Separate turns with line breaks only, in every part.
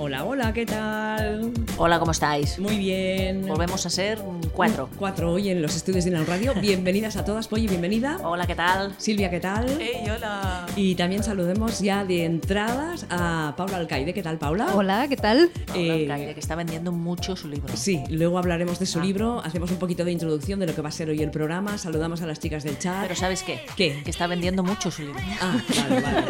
Hola, hola, ¿qué tal?
Hola, ¿cómo estáis?
Muy bien.
Volvemos a ser mm, cuatro.
Cuatro hoy en los estudios de Inal Radio. Bienvenidas a todas, Polly, bienvenida.
Hola, ¿qué tal?
Silvia, ¿qué tal?
Eh. hola!
Y también saludemos ya de entradas a Paula Alcaide. ¿Qué tal, Paula?
Hola, ¿qué tal?
Eh,
que está vendiendo mucho su libro.
Sí, luego hablaremos de su
Ah.
libro, hacemos un poquito de introducción de lo que va a ser hoy el programa, saludamos a las chicas del chat.
Pero ¿sabes qué?
¿Qué?
Que está vendiendo mucho su libro.
Ah, vale, vale. vale.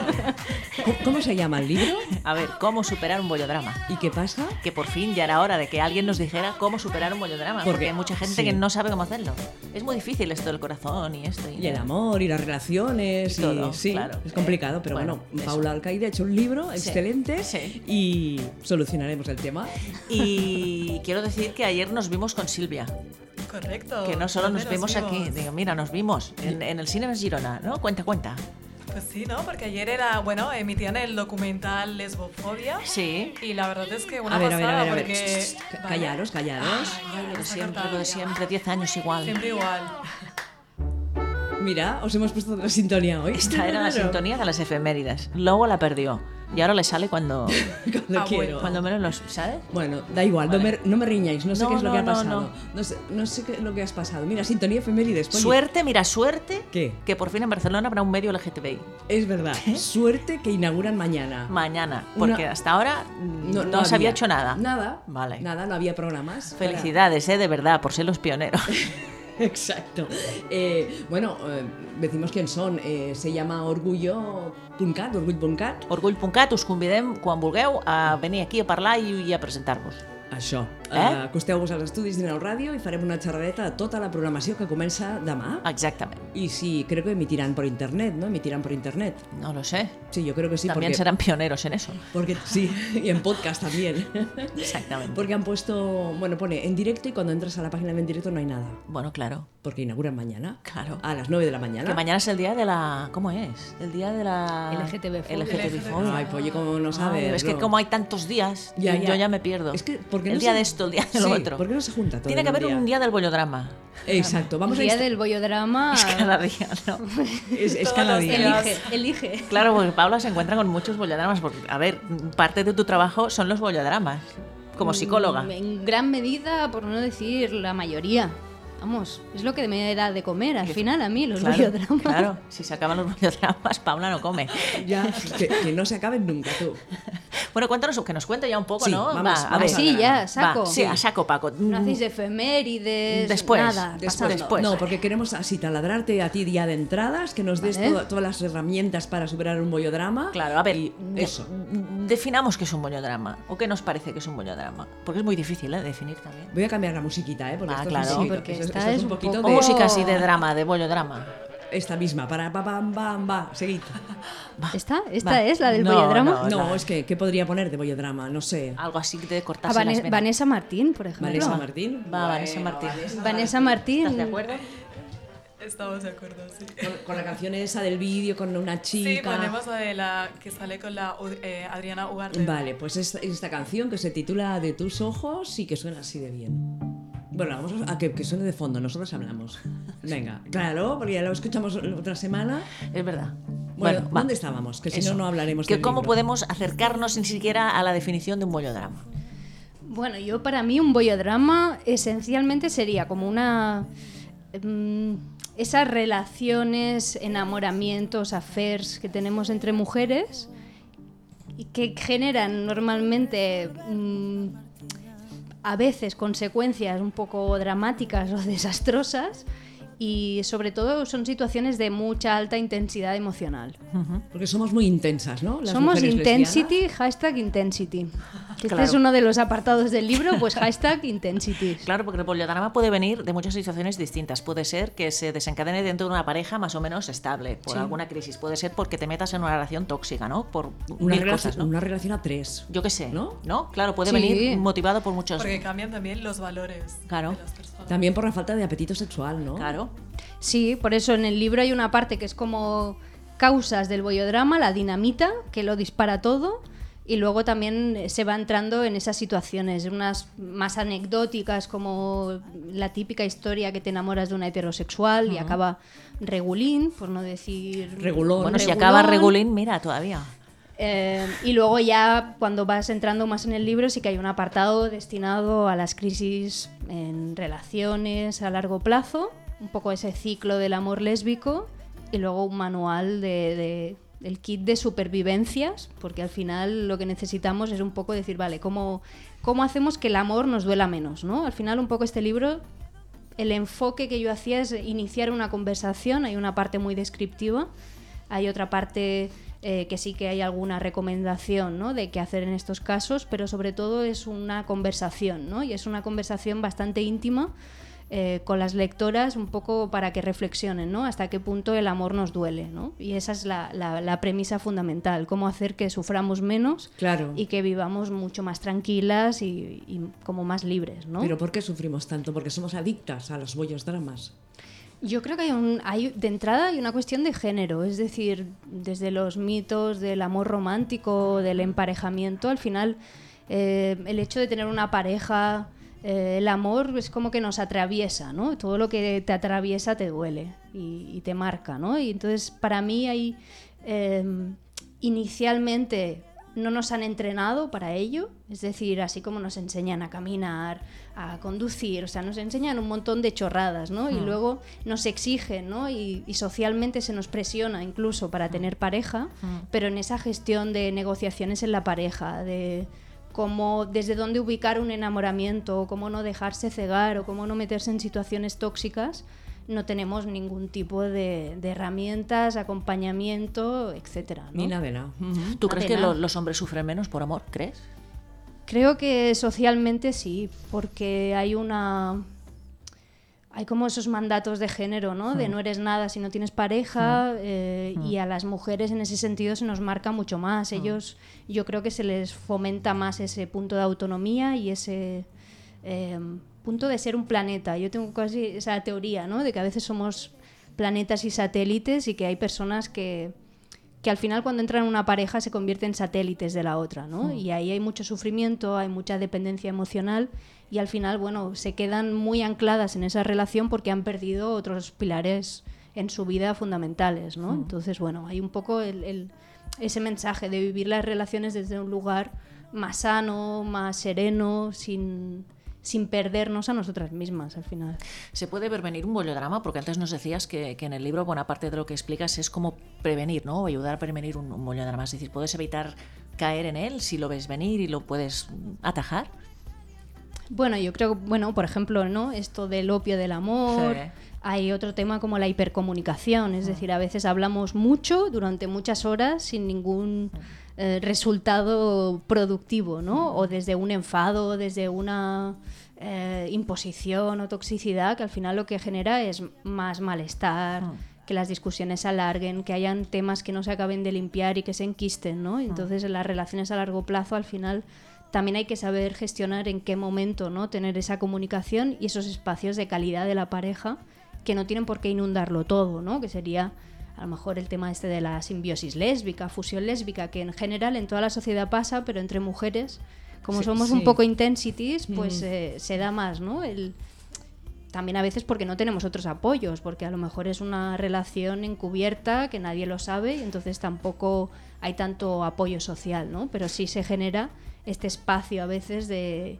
¿Cómo, cómo se llama el libro?
A ver, ¿cómo superar un bollodrama?
¿Y qué pasa?
Que por fin ya era hora de que alguien nos dijera cómo superar un bollodrama.
Porque-
porque hay mucha gente
sí.
que no sabe cómo hacerlo. Es muy difícil esto del corazón y esto.
Y el amor y las relaciones
Y
y,
todo,
sí,
claro.
es complicado, pero
Eh,
bueno,
bueno, eso.
Paula Alcaide ha hecho un libro
Sí,
excelente
sí.
y solucionaremos el tema.
Y quiero decir que ayer nos vimos con Silvia.
Correcto.
Que no solo
¿Dónde
nos vimos aquí, digo, mira, nos vimos en, en el cine de Girona, ¿no? Cuenta, cuenta.
Pues sí, ¿no? Porque ayer era, bueno, emitían el documental Lesbofobia.
Sí.
Y la verdad es que una
a ver, a ver, a
pasada
ver, a ver.
porque...
Ch, ch, ch,
Vale.
Callaros, callaros.
Ay,
Lo de
nos ha
siempre,
cortado
lo de
ya.
siempre, 10 años igual.
Siempre igual.
Mira, os hemos puesto otra sintonía hoy.
Esta era la
Claro.
sintonía de las efemérides. Luego la perdió. Y ahora le sale cuando,
Cuando
Ah,
quiero.
cuando menos los. ¿Sabes?
Bueno, da igual, no, me, no me riñáis, no sé
No,
qué es lo
no,
que ha
no,
pasado. No,
no.
sé, no sé qué es lo que has pasado. Mira, sintonía efemérides. Poli.
Suerte, mira, suerte.
¿Qué?
Que por fin en Barcelona habrá un medio LGTBI.
Es verdad, suerte que inauguran mañana.
Mañana.
Una-
Porque hasta ahora mm, no, se había hecho nada.
Nada.
Vale.
Nada, no había programas. para-
Felicidades, eh, de verdad, por ser los pioneros.
Exacto. Eh, bueno, eh, decimos quién son. Eh, se llama Orgullo Puncat, Orgull Puncat.
Orgull.cat, us convidem, quan vulgueu, a venir aquí a parlar i, i a presentar-vos.
Això.
Eh?
Eh? Acosteu-vos als estudis d'Inau Ràdio i farem una xerradeta de tota la programació que comença demà.
Exactament.
Y sí, creo que emitirán por internet, ¿no? Emitirán por internet.
No lo sé.
Sí, yo creo que sí.
También
porque,
serán pioneros en eso.
Porque sí, y en podcast también.
Exactamente.
Porque han puesto, bueno, pone en directo y cuando entras a la página de en directo no hay nada.
Bueno, claro.
Porque inauguran mañana.
Claro.
A las 9 de la mañana.
Que mañana es el día de la... ¿Cómo es? El día de la...
LGTB-fobia.
LGTB-fobia.
Ay, pues oye, como no
Ay,
sabes.
Ah, es que
no.
como hay tantos días,
Ya,
yo-
ya.
yo ya me pierdo.
Es que, ¿por qué
el
no
día
se-
de esto, el día del
Sí,
otro.
¿por qué no se junta todo
Tiene
en
que
un
haber un día del bollodrama.
Exacto, vamos a
Día
inst-
del bollodrama.
Ah.
Es cada día, ¿no?
es, es
Todos
cada
los
día.
días.
Elige, elige.
Claro, porque Paula se encuentra con muchos bollodramas. Porque, a ver, parte de tu trabajo son los bollodramas.
Mm,
Como psicóloga.
En gran medida, por no decir la mayoría. Vamos, es lo que me da de comer al final a mí, los
Claro,
bollodramas.
claro, si se acaban los bollodramas, Paula no come.
Ya, que, que no se acaben nunca tú.
Bueno, cuéntanos, que nos cuente ya un poco,
Sí,
¿no?
vamos,
a
vamos
ver.
al
Sí,
grano.
ya, saco.
Va, sí, a saco, Paco.
No hacéis efemérides,
Después,
nada.
después,
pasando.
después.
No, porque queremos así taladrarte a ti día de entradas, que nos des
Vale.
toda- todas las herramientas para superar un bollodrama.
Claro, a ver,
Y
de-
eso.
definamos qué es un bollodrama o qué nos parece que es un bollodrama, porque es muy difícil ¿eh? definir también.
Voy a cambiar la musiquita, ¿eh? Porque
Ah,
esto
claro. Oh,
es,
Sí,
así,
porque
esto-
esta
esto
es
un
un
poquito
poco-
O
de
música así de drama, de bollodrama.
esta misma, para bam, bam, bam, seguid.
Va,
¿Esta? ¿Esta
va.
es la del
No,
bollodrama?
no,
No,
la-
es que, ¿qué podría poner de bollodrama? No sé.
algo así de
A
cortarse
Vane-
las venas.
Vanessa Martín, por ejemplo.
Vanessa Martín. Eh,
Va, Vanessa Martín.
Vanessa Martín.
¿Estás de acuerdo?
Estamos de acuerdo, sí.
Con, con la canción esa del vídeo, con una chica.
Sí, ponemos la de la que sale con la U- eh, Adriana Ugarte.
Vale, pues es esta canción que se titula De tus ojos y que suena así de bien. Bueno, vamos a que, que suene de fondo, nosotros hablamos. Venga, claro, porque ya lo escuchamos la otra semana.
Es verdad.
Bueno,
va.
¿dónde estábamos? Que si
Eso.
no, no hablaremos
Que
del
¿Cómo
libro.
podemos acercarnos ni siquiera a la definición de un bollodrama?
Bueno, yo para mí un bollodrama esencialmente sería como una... mm, esas relaciones, enamoramientos, affairs que tenemos entre mujeres y que generan normalmente mm, a veces consecuencias un poco dramáticas o desastrosas y sobre todo son situaciones de mucha alta intensidad emocional.
Porque somos muy intensas, ¿no? Las
Somos
mujeres
intensity,
lesbianas.
hashtag intensity. Que
Claro.
Este es uno de los apartados del libro, pues hashtag intensity.
Claro, porque el bollodrama puede venir de muchas situaciones distintas. Puede ser que se desencadene dentro de una pareja más o menos estable por alguna crisis. Puede ser porque te metas en una relación tóxica, ¿no? Por
Una,
mil
relación,
cosas, ¿no?
una relación a tres.
Yo qué sé,
¿No?
¿no? Claro, puede
Sí.
venir motivado por muchos.
Porque cambian también los valores
Claro.
de las personas.
También por la falta de apetito sexual, ¿no?
Claro.
Sí, por eso en el libro hay una parte que es como causas del bollodrama, la dinamita, que lo dispara todo. Y luego también se va entrando en esas situaciones, unas más anecdóticas como la típica historia que te enamoras de una heterosexual y acaba regulín, por no decir...
Regulón.
Bueno,
Con
si acaba Regulín, mira, todavía.
Eh, y luego ya cuando vas entrando más en el libro sí que hay un apartado destinado a las crisis en relaciones a largo plazo, un poco ese ciclo del amor lésbico y luego un manual de, de- el kit de supervivencias, porque al final lo que necesitamos es un poco decir, vale, ¿cómo, cómo hacemos que el amor nos duela menos? ¿no? Al final un poco este libro el enfoque que yo hacía es iniciar una conversación, hay una parte muy descriptiva, hay otra parte eh, que sí que hay alguna recomendación ¿no? de qué hacer en estos casos, pero sobre todo es una conversación, ¿no? y es una conversación bastante íntima eh, con las lectoras, un poco para que reflexionen ¿no? hasta qué punto el amor nos duele. ¿no? Y esa es la, la- la premisa fundamental, cómo hacer que suframos menos
Claro.
y que vivamos mucho más tranquilas y, y como más libres. ¿no?
Pero ¿por qué sufrimos tanto? Porque somos adictas a los bollos dramas.
Yo creo que hay, un, hay de entrada hay una cuestión de género, es decir, desde los mitos del amor romántico, del emparejamiento, al final eh, el hecho de tener una pareja, eh, el amor es como que nos atraviesa, ¿no? Todo lo que te atraviesa te duele y, y te marca, ¿no? Y entonces para mí hay eh, inicialmente no nos han entrenado para ello, es decir, así como nos enseñan a caminar, a conducir, o sea, nos enseñan un montón de chorradas, ¿no? Y luego nos exigen, ¿no? Y, y socialmente se nos presiona incluso para tener pareja, pero en esa gestión de negociaciones en la pareja, de cómo desde dónde ubicar un enamoramiento, o cómo no dejarse cegar, o cómo no meterse en situaciones tóxicas, no tenemos ningún tipo de, de herramientas, acompañamiento, etcétera. ¿no?
Ni nada de nada. Ujú.
¿Tú
No
crees
de
que lo-
nada.
los hombres sufren menos por amor? ¿Crees?
Creo que socialmente sí, porque hay una. Hay como esos mandatos de género, ¿no? De no eres nada si no tienes pareja. eh, Y a las mujeres en ese sentido se nos marca mucho más. Ellos, yo creo que se les fomenta más ese punto de autonomía y ese eh, punto de ser un planeta. Yo tengo casi esa teoría, ¿no? De que a veces somos planetas y satélites y que hay personas que, que al final cuando entran en una pareja se convierten en satélites de la otra, ¿no? Y ahí hay mucho sufrimiento, hay mucha dependencia emocional y al final, bueno, se quedan muy ancladas en esa relación porque han perdido otros pilares en su vida fundamentales, ¿no? Entonces, bueno, hay un poco el- el- ese mensaje de vivir las relaciones desde un lugar más sano, más sereno, sin, sin perdernos a nosotras mismas al final.
¿Se puede prevenir un bollodrama? Porque antes nos decías que, que en el libro buena parte de lo que explicas es cómo prevenir, ¿no? O ayudar a prevenir un, un bollodrama. Es decir, ¿puedes evitar caer en él si lo ves venir y lo puedes atajar?
Bueno, yo creo, bueno, por ejemplo, ¿no? Esto del opio del amor.
Sí.
Hay otro tema como la hipercomunicación, es decir, a veces hablamos mucho durante muchas horas sin ningún eh, resultado productivo, ¿no? O desde un enfado, desde una eh, imposición o toxicidad, que al final lo que genera es más malestar, que las discusiones se alarguen, que hayan temas que no se acaben de limpiar y que se enquisten,
Mm.
¿no? Entonces, en las relaciones a largo plazo, al final también hay que saber gestionar en qué momento no tener esa comunicación y esos espacios de calidad de la pareja que no tienen por qué inundarlo todo, ¿no? Que sería a lo mejor el tema este de la simbiosis lésbica, fusión lésbica, que en general en toda la sociedad pasa, pero entre mujeres, como
Sí,
somos
sí. Mm.
un poco intensities, pues eh, se da más, ¿no? El, también a veces porque no tenemos otros apoyos, porque a lo mejor es una relación encubierta que nadie lo sabe y entonces tampoco hay tanto apoyo social, ¿no? Pero sí se genera este espacio a veces de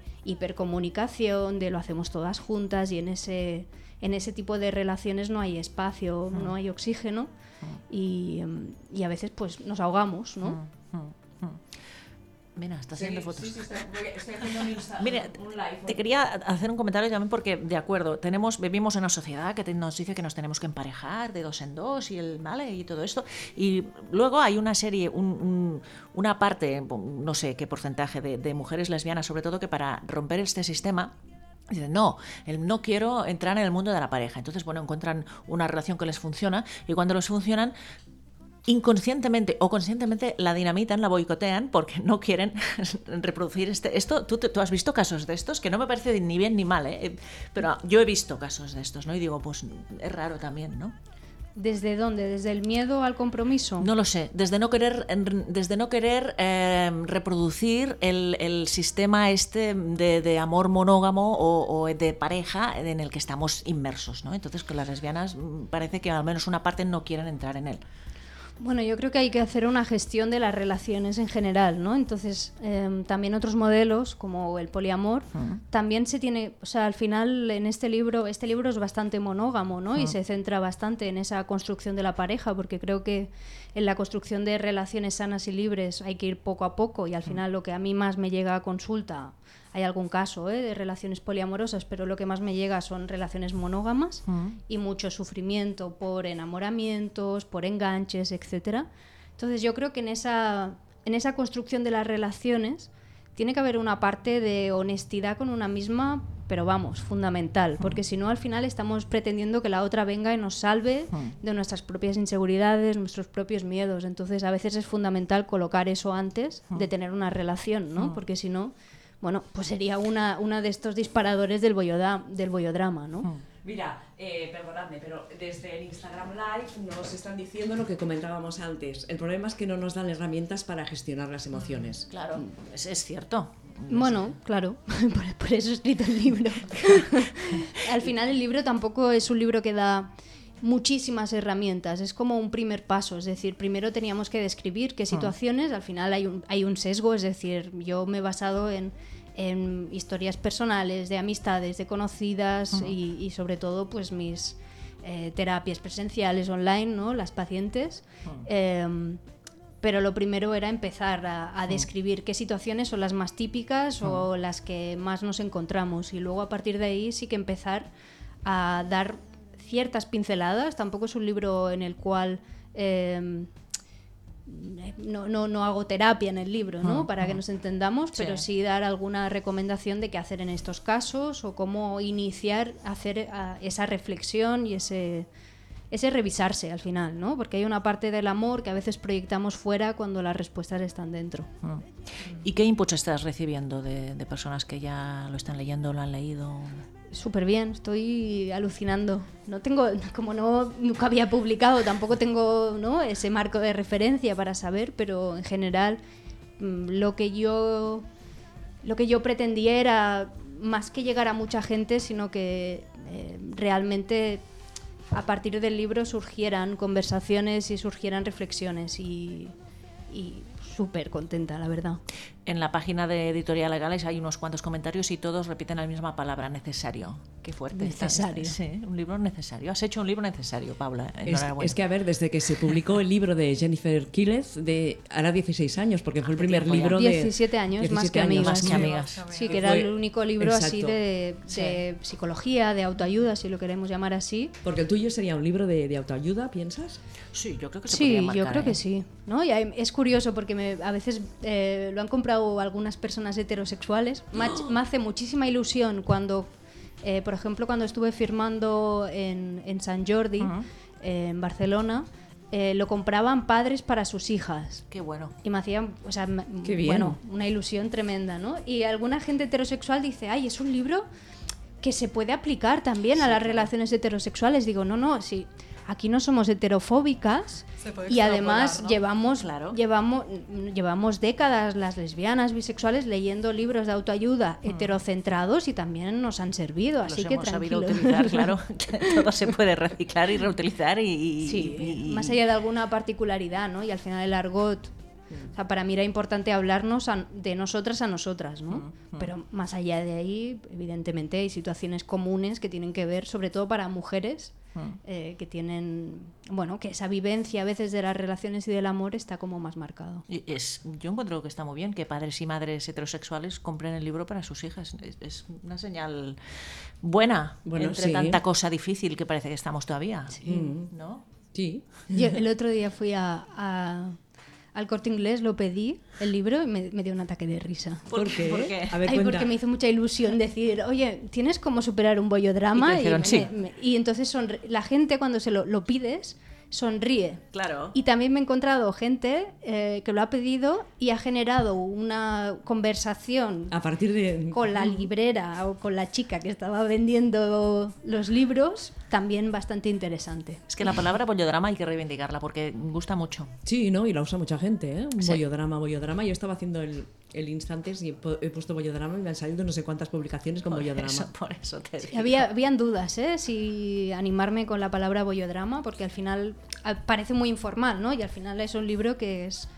hipercomunicación, de lo hacemos todas juntas y en ese, en ese tipo de relaciones no hay espacio, no hay oxígeno y, em, y a veces pues nos ahogamos, ¿no?
Mira, está haciendo fotos.
estoy haciendo un,
Mira, te quería hacer un comentario también porque, de acuerdo, tenemos, vivimos en una sociedad que te- nos dice que nos tenemos que emparejar de dos en dos y el vale y todo esto. Y luego hay una serie, un- un- una parte, no sé qué porcentaje de, de mujeres lesbianas, sobre todo, que para romper este sistema. Dicen, no, el no quiero entrar en el mundo de la pareja. Entonces, bueno, encuentran una relación que les funciona y cuando les funcionan, inconscientemente o conscientemente la dinamitan, la boicotean porque no quieren reproducir este, esto. ¿Tú, te- tú has visto casos de estos que no me parece ni bien ni mal, ¿eh? Eh, pero yo he visto casos de estos, ¿no? Y digo, pues es raro también, ¿no?
¿Desde dónde? ¿Desde el miedo al compromiso?
No lo sé, desde no querer, desde no querer eh, reproducir el, el sistema este de, de amor monógamo o, o de pareja en el que estamos inmersos, ¿no? Entonces, que las lesbianas mm, parece que al menos una parte no quieren entrar en él.
Bueno, yo creo que hay que hacer una gestión de las relaciones en general, ¿no? Entonces, em, también otros modelos, como el poliamor, también se tiene, o sea, al final en este libro, este libro es bastante monógamo, ¿no? Y se centra bastante en esa construcción de la pareja, porque creo que en la construcción de relaciones sanas y libres hay que ir poco a poco y al final lo que a mí más me llega a consulta, hay algún caso ¿eh? de relaciones poliamorosas, pero lo que más me llega son relaciones monógamas y mucho sufrimiento por enamoramientos, por enganches, etcétera. Entonces yo creo que en esa, en esa construcción de las relaciones tiene que haber una parte de honestidad con una misma, pero vamos, fundamental, porque si no al final estamos pretendiendo que la otra venga y nos salve de nuestras propias inseguridades, nuestros propios miedos. Entonces a veces es fundamental colocar eso antes de tener una relación, ¿no? Porque si no, bueno, pues sería una, una de estos disparadores del, boyoda- del boyodrama, ¿no?
Mira, eh, perdonadme, pero desde el Instagram Live nos están diciendo lo que comentábamos antes. El problema es que no nos dan herramientas para gestionar las emociones.
Claro, es, es cierto.
Bueno, claro, por, por eso he escrito el libro. Al final el libro tampoco es un libro que da muchísimas herramientas, es como un primer paso, es decir, primero teníamos que describir qué situaciones, al final hay un, hay un sesgo, es decir, yo me he basado en, en historias personales, de amistades, de conocidas y, y sobre todo pues mis eh, terapias presenciales online, ¿no? Las pacientes. Em, pero lo primero era empezar a, a describir qué situaciones son las más típicas o las que más nos encontramos y luego a partir de ahí sí que empezar a dar ciertas pinceladas. Tampoco es un libro en el cual em, no, no, no hago terapia en el libro, ¿no? Para que nos entendamos, pero sí dar alguna recomendación de qué hacer en estos casos o cómo iniciar a hacer a, esa reflexión y ese, ese revisarse al final, ¿no? Porque hay una parte del amor que a veces proyectamos fuera cuando las respuestas están dentro.
¿Y qué inputs estás recibiendo de, de personas que ya lo están leyendo, lo han leído?
Súper bien, estoy alucinando. No tengo, como no nunca había publicado, tampoco tengo ¿no? ese marco de referencia para saber, pero en general mm, lo que yo lo que yo pretendía era más que llegar a mucha gente, sino que eh, realmente a partir del libro surgieran conversaciones y surgieran reflexiones y, y súper contenta, la verdad.
En la página de Editorial Legales hay unos cuantos comentarios y todos repiten la misma palabra, necesario. Qué fuerte. está este,
Necesario.
sí, un libro necesario. Has hecho un libro necesario, Paula.
Es,
Enhorabuena.
es que, a ver, desde que se publicó el libro de Jennifer Killeth, de hará 16 años, porque fue el primer
Ah, tiempo ya.
libro de...
17 años, más que amigas.
más que
Sí.
amigas.
Sí,
También.
que era
Fue-
el único libro así
exacto.
de, de psicología, de autoayuda, si lo queremos llamar así.
Porque el tuyo sería un libro de, de autoayuda, ¿piensas?
Sí, yo creo que se podría
Sí, yo
marcar,
creo
¿eh?
que sí. ¿no? Y hay- es curioso porque me- a veces eh, lo han comprado algunas personas heterosexuales. Me, ha- me hace muchísima ilusión cuando, eh, por ejemplo, cuando estuve firmando en, en San Jordi, eh, en Barcelona, eh, lo compraban padres para sus hijas.
Qué bueno.
Y me hacía, o sea, me-
Qué bien.
bueno, una ilusión tremenda, ¿no? Y alguna gente heterosexual dice, ay, es un libro que se puede aplicar también a las relaciones heterosexuales. Digo, no, no, sí, aquí no somos heterofóbicas
Se puede
y además
extrapolar, ¿no?
llevamos,
Claro.
llevamos, llevamos décadas las lesbianas, bisexuales leyendo libros de autoayuda heterocentrados y también nos han servido, así
Los
que
hemos sabido
tranquilos.
utilizar, claro. Todo se puede reciclar y reutilizar y... y-
Sí,
y-
más allá de alguna particularidad, ¿no? Y al final el argot. O sea, para mí era importante hablarnos a- de nosotras a nosotras, ¿no? Pero más allá de ahí, evidentemente, hay situaciones comunes que tienen que ver, sobre todo para mujeres, eh, que tienen, bueno, que esa vivencia a veces de las relaciones y del amor está como más marcado.
y es, yo encuentro que está muy bien que padres y madres heterosexuales compren el libro para sus hijas. Es, es una señal buena
Bueno,
entre
sí.
tanta cosa difícil que parece que estamos todavía. ¿No?
Sí.
Yo el otro día fui a- a- al corte inglés, lo pedí, el libro, y me- me dio un ataque de risa.
¿Por,
¿Por
qué?
qué? ¿Por qué?
A ver,
Ay,
cuenta.
porque me hizo mucha ilusión decir, oye, ¿tienes cómo superar un bollodrama?
Y te dijeron,
me-
"Sí".
me- y entonces sonri- la gente cuando se lo, lo pides, sonríe.
Claro.
Y también me he encontrado gente eh, que lo ha pedido y ha generado una conversación
Ah,
A partir de...
con la librera o con la chica que estaba vendiendo los libros también bastante interesante.
Es que la palabra bollodrama hay que reivindicarla porque gusta mucho.
Sí, ¿no? Y la usa mucha gente, ¿eh? Un
Sí.
bollodrama, bollodrama. Yo estaba haciendo el, el instantes y he, po- he puesto bollodrama y me han salido no sé cuántas publicaciones con
Por
bollodrama.
eso, por eso te digo.
Había, habían dudas, ¿eh? Si animarme con la palabra bollodrama, porque al final a- parece muy informal, ¿no? Y al final es un libro que es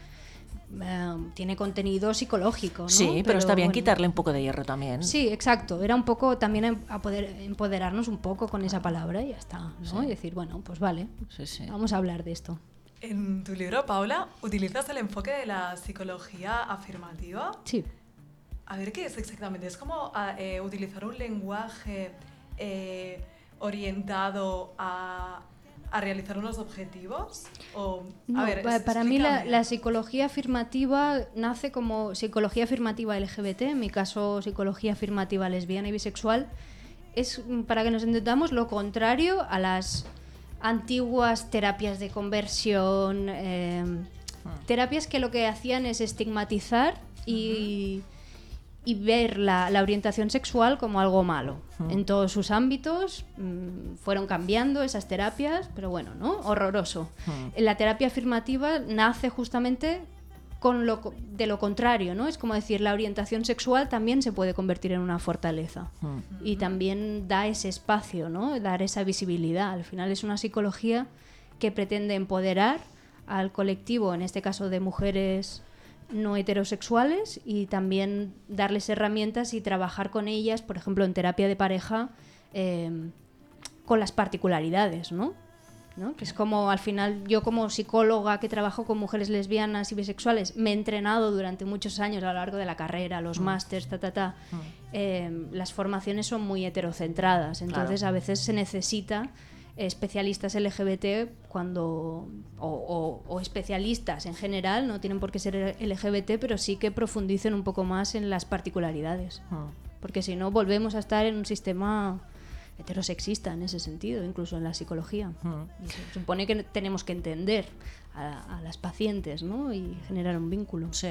eh, tiene contenido psicológico, ¿no?
Sí, pero, está bien
bueno.
quitarle un poco de hierro también.
Sí, exacto. Era un poco también em- a poder empoderarnos un poco con esa palabra y ya está, ¿no? Y decir, bueno, pues vale,
Sí, sí.
vamos a hablar de esto.
En tu libro, Paula, utilizas el enfoque de la psicología afirmativa.
Sí.
A ver qué es exactamente. Es como ah, eh, utilizar un lenguaje eh, orientado a, a realizar unos objetivos. O,
No,
a ver,
pa-
es-
para mí la,
explícame.
la psicología afirmativa nace como psicología afirmativa LGBT, en mi caso psicología afirmativa lesbiana y bisexual. Es, mm, para que nos entendamos, lo contrario a las antiguas terapias de conversión, eh,
Ah.
terapias que lo que hacían es estigmatizar y, y ver la, la orientación sexual como algo malo. En todos sus ámbitos mm, fueron cambiando esas terapias, pero bueno, ¿no? Horroroso. La terapia afirmativa nace justamente con lo, co- de lo contrario, ¿no? Es como decir, la orientación sexual también se puede convertir en una fortaleza
Mm.
y también da ese espacio, ¿no? Dar esa visibilidad. Al final es una psicología que pretende empoderar al colectivo, en este caso de mujeres no heterosexuales, y también darles herramientas y trabajar con ellas, por ejemplo, en terapia de pareja, eh, con las particularidades, ¿no? ¿no? Que es como al final yo como psicóloga que trabajo con mujeres lesbianas y bisexuales me he entrenado durante muchos años a lo largo de la carrera, los másters, ta, ta, ta. Eh, las formaciones son muy heterocentradas, entonces a veces se necesita especialistas LGBT cuando o, o- o especialistas en general no tienen por qué ser LGBT pero sí que profundicen un poco más en las particularidades
Mm.
porque si no volvemos a estar en un sistema heterosexista en ese sentido, incluso en la psicología.
mm.
Y se supone que tenemos que entender a, a las pacientes ¿no? y generar un vínculo.
Sí.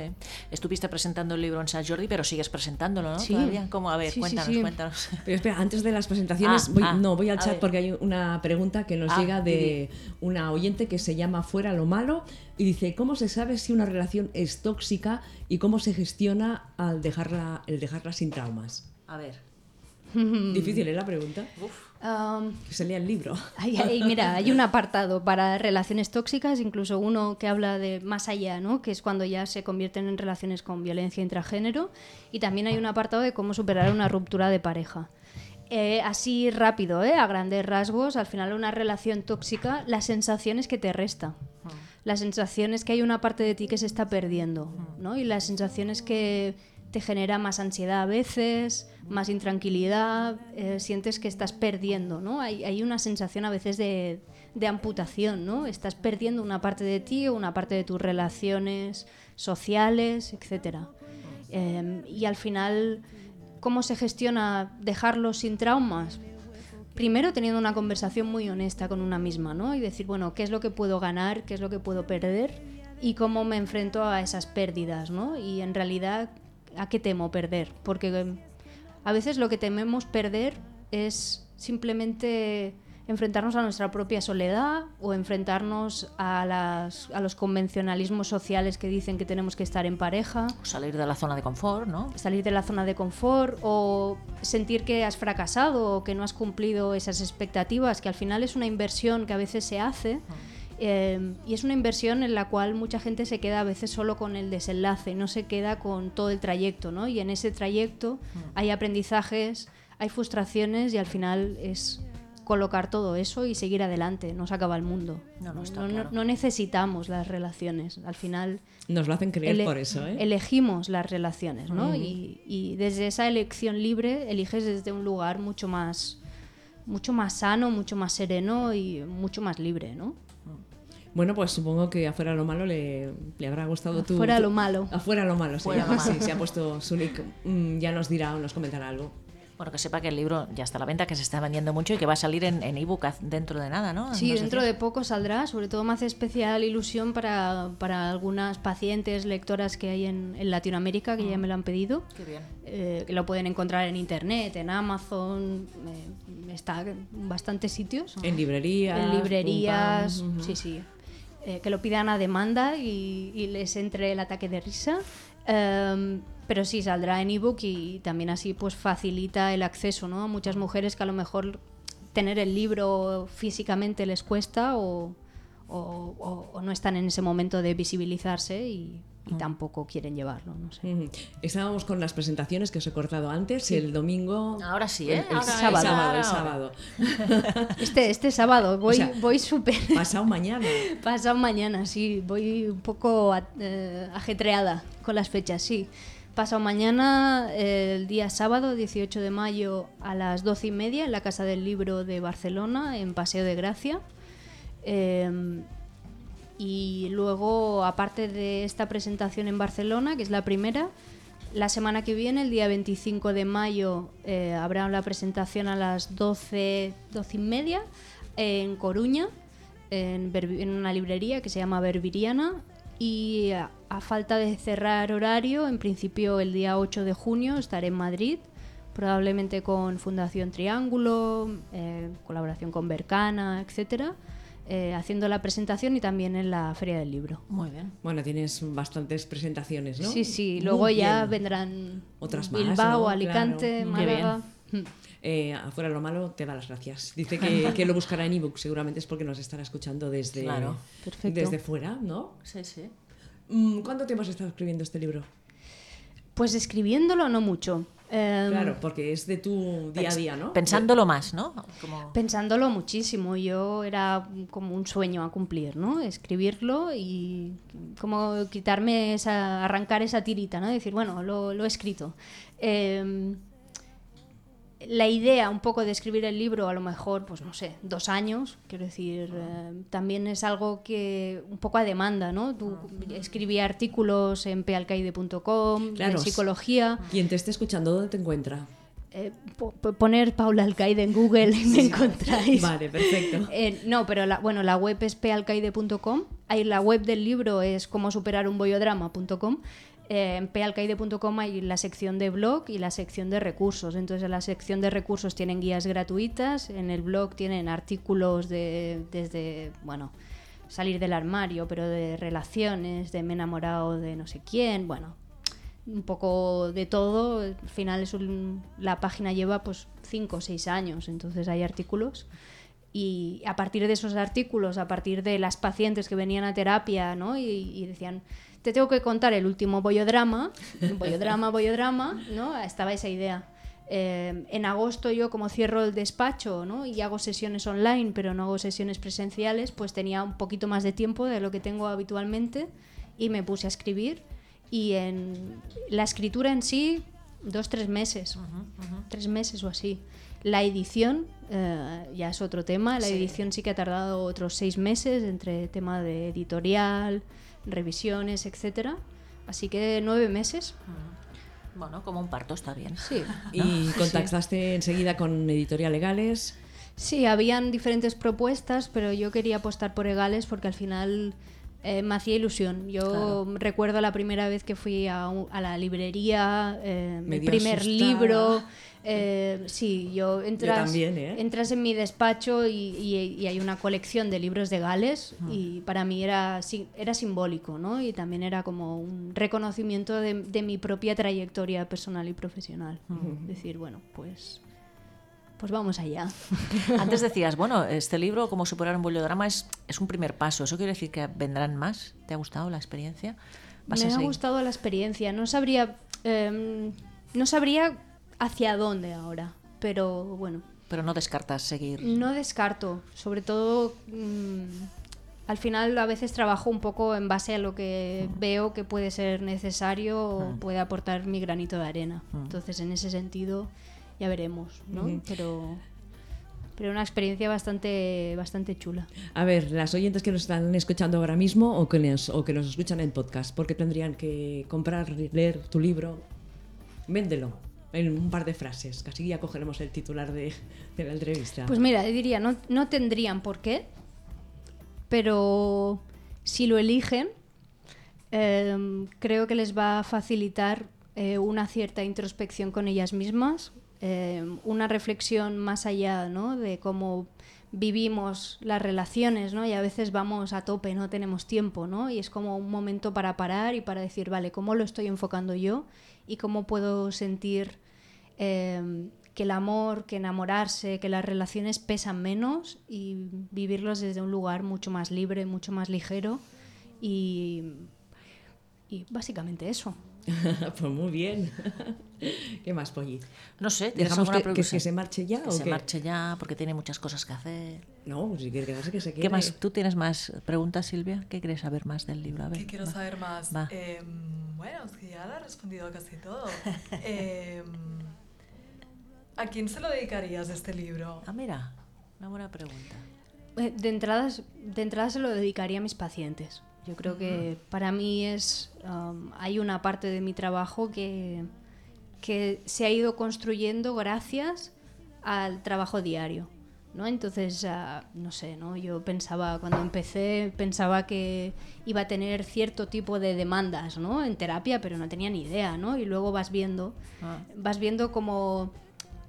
Estuviste presentando el libro en San Jordi, pero sigues presentándolo, ¿no?
Sí.
Todavía. ¿Cómo? A ver,
Sí, sí,
cuéntanos,
sí.
cuéntanos.
Pero espera, antes de las presentaciones,
Ah,
voy,
ah,
no, voy al
a
chat
ver.
porque hay una pregunta que nos
Ah,
llega de una oyente que se llama Fuera lo Malo y dice, ¿cómo se sabe si una relación es tóxica y cómo se gestiona al dejarla, el dejarla sin traumas?
A ver. Mm.
Difícil es la pregunta.
Um,
Que se lea el libro.
Ay, ay, mira, hay un apartado para relaciones tóxicas, incluso uno que habla de más allá, ¿no? que es cuando ya se convierten en relaciones con violencia intragénero, y también hay un apartado de cómo superar una ruptura de pareja. Eh, así rápido, ¿eh? a grandes rasgos, al final una relación tóxica, las sensaciones que te resta, las sensaciones que hay una parte de ti que se está perdiendo, ¿no? y las sensaciones que te genera más ansiedad a veces, más intranquilidad, eh, sientes que estás perdiendo, ¿no? Hay, hay una sensación a veces de, de amputación, ¿no? Estás perdiendo una parte de ti o una parte de tus relaciones sociales, etcétera. Eh, y al final, ¿cómo se gestiona dejarlo sin traumas? primero teniendo una conversación muy honesta con una misma, ¿no? Y decir, bueno, ¿qué es lo que puedo ganar? ¿Qué es lo que puedo perder? Y cómo me enfrento a esas pérdidas, ¿no? Y en realidad, ¿a qué temo perder? Porque eh, a veces lo que tememos perder es simplemente enfrentarnos a nuestra propia soledad o enfrentarnos a, las- a los convencionalismos sociales que dicen que tenemos que estar en pareja
O salir de la zona de confort, ¿no?
salir de la zona de confort o sentir que has fracasado o que no has cumplido esas expectativas, que al final es una inversión que a veces se hace eh, y es una inversión en la cual mucha gente se queda a veces solo con el desenlace, no se queda con todo el trayecto, ¿no? Y en ese trayecto hay aprendizajes, hay frustraciones y al final es colocar todo eso y seguir adelante, no se acaba el mundo.
No, no, está claro.
no necesitamos las relaciones, al final
Nos lo hacen creer
ele-
por eso, ¿eh?
Elegimos las relaciones, ¿no? y, y desde esa elección libre eliges desde un lugar mucho más mucho más sano, mucho más sereno y mucho más libre, ¿no?
Bueno, pues supongo que afuera lo malo le, le habrá gustado tu...
Fuera
tu-
lo malo.
Afuera lo malo, se
Fuera
llama
lo malo.
así, se ha puesto su nick. Mm, Ya nos dirá o nos comentará algo.
Bueno, que sepa que el libro ya está a la venta, que se está vendiendo mucho y que va a salir en en ebook haz- dentro de nada,
Ah,
¿no?
Sí,
Nos
dentro de
decías.
poco saldrá, sobre todo me hace especial ilusión para, para algunas pacientes, lectoras que hay en, en Latinoamérica que ya
Ah.
me lo han pedido.
Qué bien.
eh, que lo pueden encontrar en internet, en Amazon, eh, está en bastantes sitios.
En librerías.
Ah. En librerías,
pum, pam, ujú.
sí, sí. Eh, que lo pidan a demanda y, y les entre el ataque de risa. Em, pero sí, saldrá en ebook y también así pues facilita el acceso ¿no? a muchas mujeres que a lo mejor tener el libro físicamente les cuesta o, o- o- o no están en ese momento de visibilizarse y, y
Ah.
tampoco quieren llevarlo. No sé.
Ujú. Estábamos con las presentaciones que os he cortado antes. El domingo.
Ahora sí, ¿eh?
El, el
Ahora,
sábado,
ahora,
el
ahora.
sábado.
Este, este sábado voy,
O sea,
voy súper
Pasado mañana.
Pasado mañana, sí. Voy un poco a- eh, ajetreada con las fechas, sí. Pasado mañana, eh, el día sábado, 18 de mayo, a las 12 y media, en la Casa del Libro de Barcelona, en Paseo de Gracia. Eh, y luego, aparte de esta presentación en Barcelona, que es la primera, la semana que viene, el día 25 de mayo, eh, habrá la presentación a las 12, 12 y media eh, en Coruña, en, Berbi- en una librería que se llama Berbiriana. Y a, a falta de cerrar horario, en principio el día 8 de junio estaré en Madrid, probablemente con Fundación Triángulo, eh, colaboración con Bercana, etcétera eh, haciendo la presentación y también en la Feria del Libro.
Muy bien.
Bueno, tienes bastantes presentaciones, ¿no?
Sí, sí,
Muy
luego ya
bien.
vendrán
Otras más,
Bilbao,
¿no?
Alicante,
Claro. Qué
Málaga.
Eh, afuera lo malo, te da las gracias. Dice que, que lo buscará en ebook, seguramente es porque nos estará escuchando desde,
Claro.
Perfecto.
desde fuera, ¿no?
Sí, sí.
Mm, ¿Cuánto tiempo has estado escribiendo este libro?
Pues escribiéndolo no mucho. Em,
Claro, porque es de tu día a día, ¿no?
Pensándolo más, ¿no? Como...
Pensándolo muchísimo, yo era como un sueño a cumplir, ¿no? Escribirlo y como quitarme esa, arrancar esa tirita, ¿no? Decir, bueno, lo, lo he escrito. Eh, la idea un poco de escribir el libro, a lo mejor, pues no sé, dos años, quiero decir, eh, también es algo que un poco a demanda, ¿no? Tú escribí artículos en pealcaide.com,
Claro,
en
sí.
psicología.
Quien te esté escuchando, ¿dónde te encuentra?
Eh, po- po- poner Paula Alcaide en Google y me encontráis.
Vale, perfecto.
Eh, no, pero la, bueno, la web es pealcaide.com. Ahí la web del libro es como superar un bollodrama.com. Eh, en pealcaide.com hay la sección de blog y la sección de recursos. Entonces, en la sección de recursos tienen guías gratuitas. En el blog tienen artículos de, desde, bueno, salir del armario, pero de relaciones, de me he enamorado de no sé quién, bueno, un poco de todo. Al final es un- la página lleva pues 5 o 6 años, entonces hay artículos. Y a partir de esos artículos, a partir de las pacientes que venían a terapia ¿no? y, y decían, te tengo que contar el último bollodrama, bollodrama, bollodrama, ¿no? estaba esa idea. Eh, en agosto yo como cierro el despacho ¿no? y hago sesiones online, pero no hago sesiones presenciales, pues tenía un poquito más de tiempo de lo que tengo habitualmente y me puse a escribir. Y en la escritura en sí, dos, tres meses, tres meses o así. La edición eh, ya es otro tema, la
Sí.
edición sí que ha tardado otros seis meses entre tema de editorial, revisiones, etcétera. Así que nueve meses.
Bueno, como un parto está bien.
Sí.
Y contactaste enseguida con Editorial Legales.
Sí, habían diferentes propuestas, pero yo quería apostar por Egales porque al final eh, me hacía ilusión. Yo recuerdo la primera vez que fui a, un- a la librería, eh, mi
Medio
primer
asustada.
libro. eh, sí, yo entras,
también, ¿eh?
entras en mi despacho y, y- y hay una colección de libros de Gales
Ah.
y para mí era, sí- era simbólico, ¿no? Y también era como un reconocimiento de, de mi propia trayectoria personal y profesional. Decir, bueno, pues, pues vamos allá.
Antes decías, bueno, este libro, como superar un bollodrama, es, es un primer paso. ¿Eso quiere decir que vendrán más? ¿Te ha gustado la experiencia? ¿Vas a
me ha
seguir?
gustado la experiencia. No sabría, em, no sabría hacia dónde ahora, pero bueno,
Pero no descartas seguir.
no descarto. Sobre todo, mm, al final a veces trabajo un poco en base a lo que veo que puede ser necesario o puede aportar mi granito de arena. Entonces, en ese sentido, ya veremos, ¿no? Pero, pero una experiencia bastante, bastante chula.
A ver, las oyentes que nos están escuchando ahora mismo o que nos, o que nos escuchan en podcast, porque tendrían que comprar, leer tu libro, véndelo en un par de frases. Casi ya cogeremos el titular de, de la entrevista.
Pues mira, yo diría, no, no tendrían por qué, pero si lo eligen, em, creo que les va a facilitar eh, una cierta introspección con ellas mismas, eh, una reflexión más allá ¿no? de cómo vivimos las relaciones, ¿no? Y a veces vamos a tope, no tenemos tiempo, ¿no? Y es como un momento para parar y para decir, vale, ¿cómo lo estoy enfocando yo? ¿Y cómo puedo sentir eh, que el amor, que enamorarse, que las relaciones pesan menos y vivirlos desde un lugar mucho más libre, mucho más ligero? Y, y básicamente eso.
pues muy bien. ¿Qué más, Polly?
No sé, ¿tienes
¿Dejamos
alguna
que, que- que
producción?
se marche ya
Que
o
se
qué?
marche ya porque tiene muchas cosas que hacer.
No, pues si quiere quedarse que se quede.
¿Qué más? ¿Tú tienes más preguntas, Silvia? ¿Qué quieres saber más del libro? A ver,
¿Qué quiero
va.
saber más?
Va.
Eh, bueno, es que ya le he respondido casi todo. Eh, ¿A quién se lo dedicarías este libro?
Ah, mira, una buena pregunta.
Eh, De entrada, s- de entrada se lo dedicaría a mis pacientes. Yo creo que para mí es. um, hay una parte de mi trabajo que, que se ha ido construyendo gracias al trabajo diario. ¿no? Entonces, ah, no sé, ¿no? yo pensaba, cuando empecé, pensaba que iba a tener cierto tipo de demandas ¿no? en terapia, pero no tenía ni idea. ¿no? Y luego vas viendo
Ah.
vas viendo como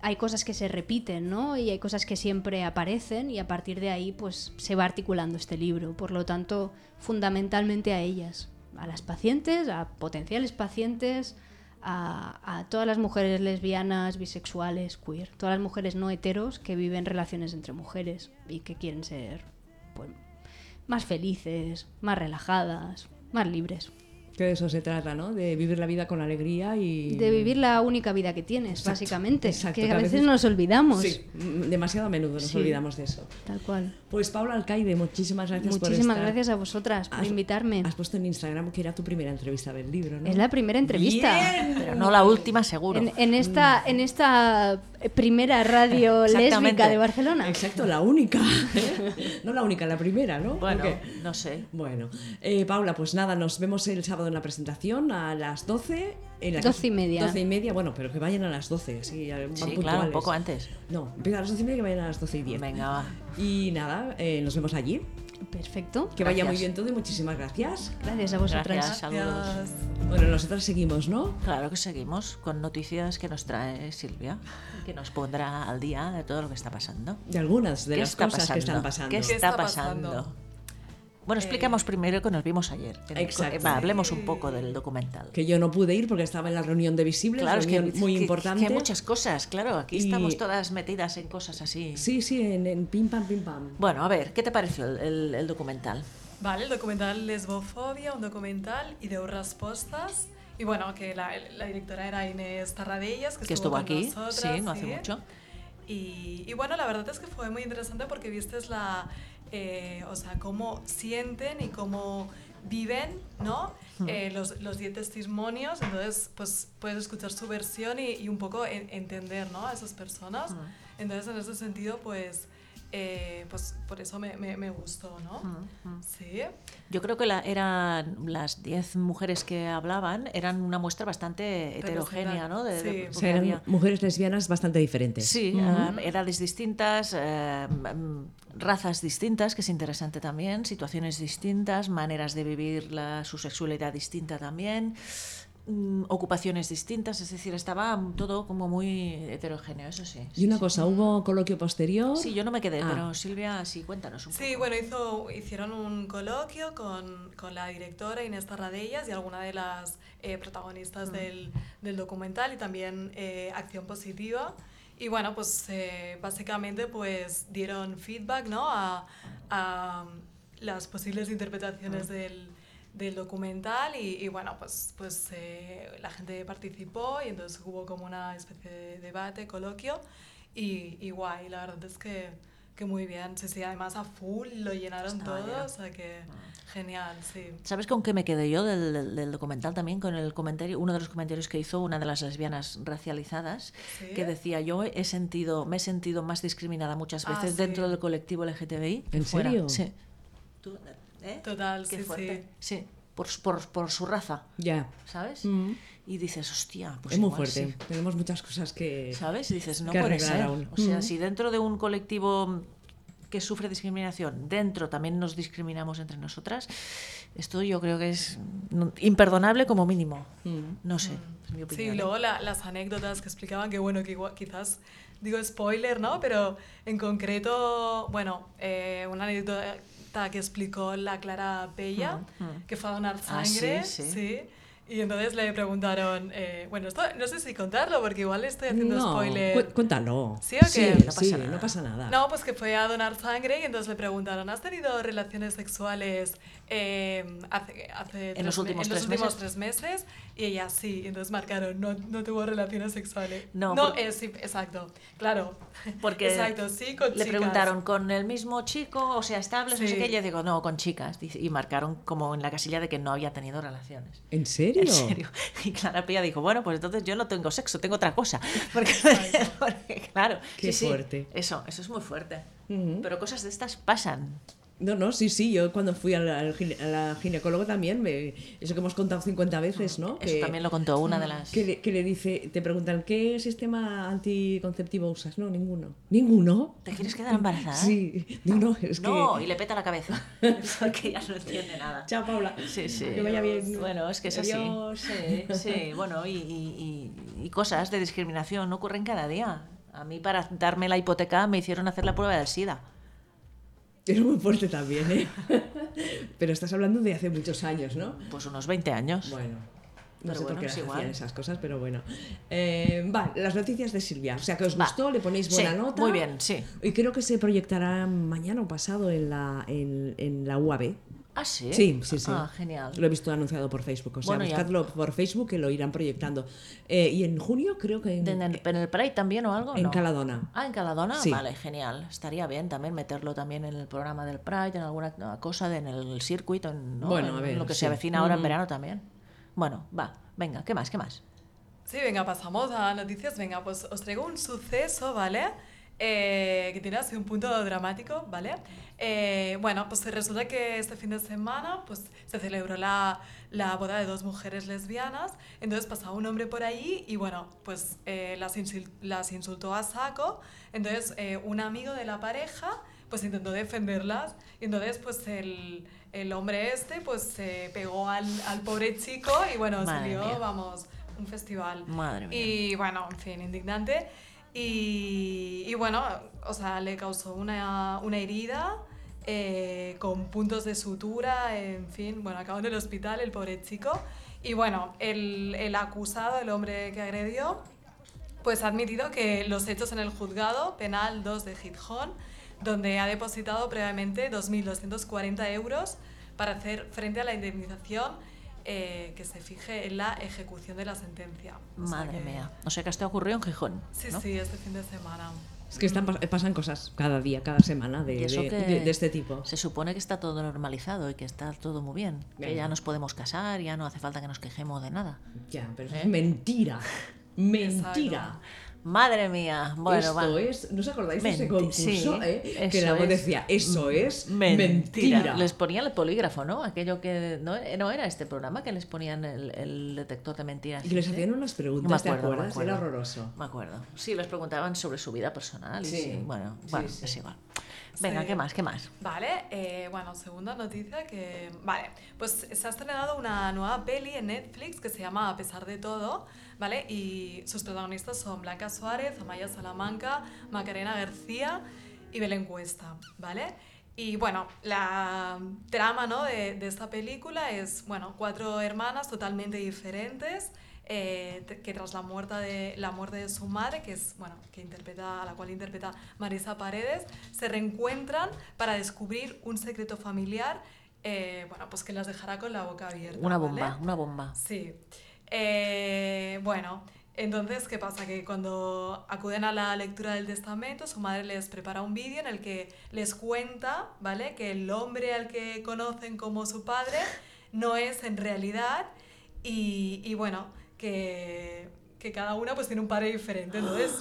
hay cosas que se repiten, ¿no? Y hay cosas que siempre aparecen y a partir de ahí pues se va articulando este libro. Por lo tanto, fundamentalmente a ellas, a las pacientes, a potenciales pacientes, a, a todas las mujeres lesbianas, bisexuales, queer, todas las mujeres no heteros que viven relaciones entre mujeres y que quieren ser pues, más felices, más relajadas, más libres.
Que de eso se trata, ¿no? De vivir la vida con alegría y...
De vivir la única vida que tienes,
Exacto,
básicamente.
exacto,
que
que
a
a
veces,
veces-
nos olvidamos.
Sí, mm, demasiado a menudo nos
Sí.
olvidamos de eso.
Tal cual.
Pues Paula Alcaide, muchísimas gracias por
Muchísimas
estar.
gracias a vosotras por
Has-
invitarme.
Has puesto en Instagram que era tu primera entrevista del libro, ¿no?
Es la primera entrevista.
Pero no la última, seguro.
En, en esta, en esta primera radio
Exactamente.
lésbica de Barcelona.
Exacto, la única. ¿eh? no la única, la primera, ¿no?
Bueno,
¿O qué?
no sé.
Bueno, eh, Paula, pues nada, nos vemos el sábado en la presentación a las 12. En la
12 y media.
12 y media, bueno, pero que vayan a las 12, sí, ya van
Sí, claro, un
puntuales.
poco antes.
No, empieza a las 12 y media que vayan a las 12 y 10.
Venga, va.
Y nada, eh, nos vemos allí.
Perfecto.
Que vaya
Gracias.
muy bien todo y muchísimas gracias.
Gracias a vosotras.
Gracias, ah, saludos.
Gracias.
Bueno, nosotras seguimos, ¿no?
Claro que seguimos con noticias que nos trae Silvia, que nos pondrá al día de todo lo que está pasando.
De algunas de
¿Qué
las
está
cosas que están pasando.
¿Qué
¿Qué
está
está pasando?
pasando? Bueno, explicamos primero que nos vimos ayer. En el co-
Exacto.
eh, va, hablemos un poco del documental.
Que yo no pude ir porque estaba en la reunión de visibles,
Claro, es que,
reunión muy
que- que
importante.
hay muchas cosas, claro. Aquí
Y-
estamos todas metidas en cosas así.
Sí, sí, en, en pim pam pim pam.
Bueno, a ver, ¿qué te pareció el, el- el documental?
Vale, el documental Lesbofobia, un documental y deu respuestas. Y bueno, que la, la directora era Inés Tarradellas, que,
Que estuvo
con
aquí,
nosotras,
sí, no hace mucho.
Y, y bueno, la verdad es que fue muy interesante porque viste la, eh, o sea, cómo sienten y cómo viven, ¿no?
Hmm.
Eh, los, los 10 testimonios, entonces pues puedes escuchar su versión y, y un poco en- entender, ¿no? A esas personas.
Hmm.
Entonces en ese sentido, pues, eh, pues por eso me, me- me gustó, ¿no?
Hmm,
Sí.
Yo creo que la- eran las 10 mujeres que hablaban, eran una muestra bastante heterogénea, ¿no? De- de-
Sí.
porque
O sea, eran
había-
mujeres lesbianas bastante diferentes.
Sí, eh, edades distintas, eh, mm, razas distintas, que es interesante también, situaciones distintas, maneras de vivir la, su sexualidad distinta también, mm, ocupaciones distintas, es decir, estaba todo como muy heterogéneo, eso sí.
Y
sí,
una
sí.
cosa, ¿hubo coloquio posterior?
Sí, yo no me quedé,
Ah.
pero Silvia, sí, cuéntanos un poco.
Sí, bueno, hizo, hicieron un coloquio con, con la directora Inés Tarradellas y alguna de las eh,
Mm.
protagonistas del, del documental y también eh, Acción Positiva. Y bueno, pues eh, básicamente pues dieron feedback ¿no? a, a las posibles interpretaciones
Mm.
del, del documental y, y bueno, pues, pues eh, la gente participó y entonces hubo como una especie de debate, coloquio y, y guay, la verdad es que que muy bien, sí, sí, además a full lo llenaron
Estaba
todo,
lleno. Ah.
o sea que genial, sí.
¿Sabes con qué me quedé yo del, del- del documental también? Con el comentario, uno de los comentarios que hizo una de las lesbianas racializadas,
Sí.
que decía, yo he sentido, me he sentido más discriminada muchas
Ah,
veces
sí.
dentro del colectivo LGTBI. que
¿En
fuera".
serio?
Sí. Tú, ¿eh?
Total,
Qué
sí,
fuerte.
sí.
Sí, por, su- por- por su raza,
Ya.
¿sabes?
Mm.
Y dices, hostia, pues
es muy
igual
fuerte.
sí".
Tenemos muchas cosas que...
¿Sabes? Y dices, no
que
puede
arreglar
ser.
aún.
O sea,
Mm.
si dentro de un colectivo que sufre discriminación, dentro también nos discriminamos entre nosotras, esto yo creo que es no- imperdonable como mínimo.
Mm.
No sé, es mi
Sí,
opinión.
y
¿eh?
luego la- las anécdotas que explicaban, que bueno, que igua- quizás digo spoiler, ¿no? Pero en concreto, bueno, eh, una anécdota que explicó la Clara Bella, que fue a donar
Ah, sí,
sangre,
sí.
Y entonces le preguntaron, eh, bueno, esto no sé si contarlo, porque igual estoy haciendo
No,
spoiler.
cu- cuéntalo.
¿Sí o qué?
Sí,
No
pasa
sí,
nada.
no pasa nada.
No, pues que fue a donar sangre y entonces le preguntaron, ¿has tenido relaciones sexuales eh, hace, hace
los
me-
últimos
en los
tres
últimos
meses?
tres meses? Y ella sí, y entonces marcaron, no, no tuvo relaciones sexuales.
No,
no
porque-
eh, sí, exacto, claro.
Porque
exacto, sí, con
le
chicas.
preguntaron con el mismo chico, o sea, estables, no sé
Sí.
qué, y yo digo, no, con chicas. Dice- Y marcaron como en la casilla de que no había tenido relaciones.
¿En serio?
En serio. Y Clara Pía dijo, bueno, pues entonces yo no tengo sexo, tengo otra cosa. Porque, porque, claro.
Qué
sí, sí.
fuerte.
Eso, eso es muy fuerte.
Ujú.
Pero cosas de estas pasan.
No, no, sí, sí. Yo cuando fui al, al gine- a la ginecóloga también, me- eso que hemos contado 50 veces, ¿no?
Eso
Que- Mm,
también lo contó una de las...
que le, que le dice, te preguntan, ¿qué sistema anticonceptivo usas? No, ninguno. ¿Ninguno?
¿Te quieres quedar embarazada?
Sí, no, es
¿Ah? No,
que...
y le peta la cabeza. Porque ya no entiende nada.
Chao, Paula.
Sí, sí.
Que vaya bien.
Bueno, es que es así.
Adiós. eh.
Sí, sí, bueno, y, y- y- y cosas de discriminación ocurren cada día. A mí para darme la hipoteca me hicieron hacer la prueba del SIDA.
Es muy fuerte también, ¿eh? Pero estás hablando de hace muchos años, ¿no?
Pues unos 20 años.
Bueno. No
Pero
sé
bueno,
por qué
es
las
igual.
hacían esas cosas, pero bueno. Eh, vale, las noticias de Silvia. O sea, que os
Va.
gustó, le ponéis buena
Sí,
nota.
Muy bien, sí.
Y creo que se proyectará mañana o pasado en la, en, en la UAB.
Ah, sí.
Sí, sí, sí.
Ah, genial.
Lo he visto anunciado por Facebook. O sea,
Bueno, ya.
buscadlo por Facebook que lo irán proyectando. Eh, y en junio creo que en,
¿En el, en el Pride también o algo?
en
no?
Caladona.
Ah, en Caladona,
Sí.
vale, genial. Estaría bien también meterlo también en el programa del Pride, en alguna ah, cosa, de- en el circuito, en, ¿no?
Bueno,
En
a ver,
lo que
sí.
se avecina ahora en verano también. Bueno, va, venga, ¿qué más? ¿Qué más?
Sí, venga, pasamos a noticias. Venga, pues os traigo un suceso, ¿vale? Eh, que tiene así un punto dramático, ¿vale? Eh, bueno, pues resulta que este fin de semana pues, se celebró la, la boda de dos mujeres lesbianas. Entonces pasaba un hombre por ahí y bueno, pues eh, las, insul- las insultó a saco. Entonces eh, un amigo de la pareja pues intentó defenderlas y entonces pues el, el hombre este pues se pegó al, al pobre chico y bueno,
Madre
salió,
mía.
vamos, un festival.
Madre mía.
Y bueno, en fin, indignante. Y, y bueno, o sea, le causó una, una herida eh, con puntos de sutura, en fin, bueno, acabó en el hospital el pobre chico. Y bueno, el, el acusado, el hombre que agredió, pues ha admitido que los hechos en el juzgado penal 2 de Gijón, donde ha depositado previamente 2.240 euros para hacer frente a la indemnización eh, que se fije en la ejecución de la sentencia. O sea
Madre
que-
mía. O sea que esto ocurrió en Gijón.
Sí,
¿no?
sí, este fin de semana.
Es que están, pas- pasan cosas cada día, cada semana de,
Y eso
de-
que
de- de este tipo.
Se supone que está todo normalizado y que está todo muy bien. Que
Bien.
ya nos podemos casar, ya no hace falta que nos quejemos de nada.
Ya, pero eso
¿Eh?
es mentira. Mentira.
Madre mía. Bueno,
Esto
va.
es, ¿no os acordáis de ese
Menti-
concurso?
sí,
eh? Que
eso
la voz
es
decía, eso es
Mentira.
mentira.
Les ponían el polígrafo, ¿no? Aquello que no, no era este programa que les ponían el, el detector de mentiras.
Y les
¿sí?
hacían unas
No
preguntas,
me acuerdo,
¿te
no me
acuerdas? Era
acuerdo.
horroroso.
Me acuerdo. Sí, les preguntaban sobre su vida personal. Y
Sí.
sí. Bueno,
Sí,
bueno,
sí.
es igual. Venga,
Sí.
¿qué más? ¿Qué más?
Vale, eh, bueno, segunda noticia que... Vale, pues se ha estrenado una nueva peli en Netflix que se llama A pesar de todo, ¿vale? Y sus protagonistas son Blanca Suárez, Amaya Salamanca, Macarena García y Belén Cuesta, ¿vale? Y bueno, la trama ¿no? de, de esta película es, bueno, cuatro hermanas totalmente diferentes eh, t- que tras la muerte, de, la muerte de su madre, que es, bueno, que interpreta, a la cual interpreta Marisa Paredes, se reencuentran para descubrir un secreto familiar, eh, bueno, pues que las dejará con la boca abierta.
Una
¿vale?
bomba, una bomba.
Sí. Eh, bueno, entonces, ¿qué pasa? Que cuando acuden a la lectura del testamento, su madre les prepara un vídeo en el que les cuenta, ¿vale? Que el hombre al que conocen como su padre no es en realidad y, y bueno, que, que cada una pues tiene un padre diferente. Entonces,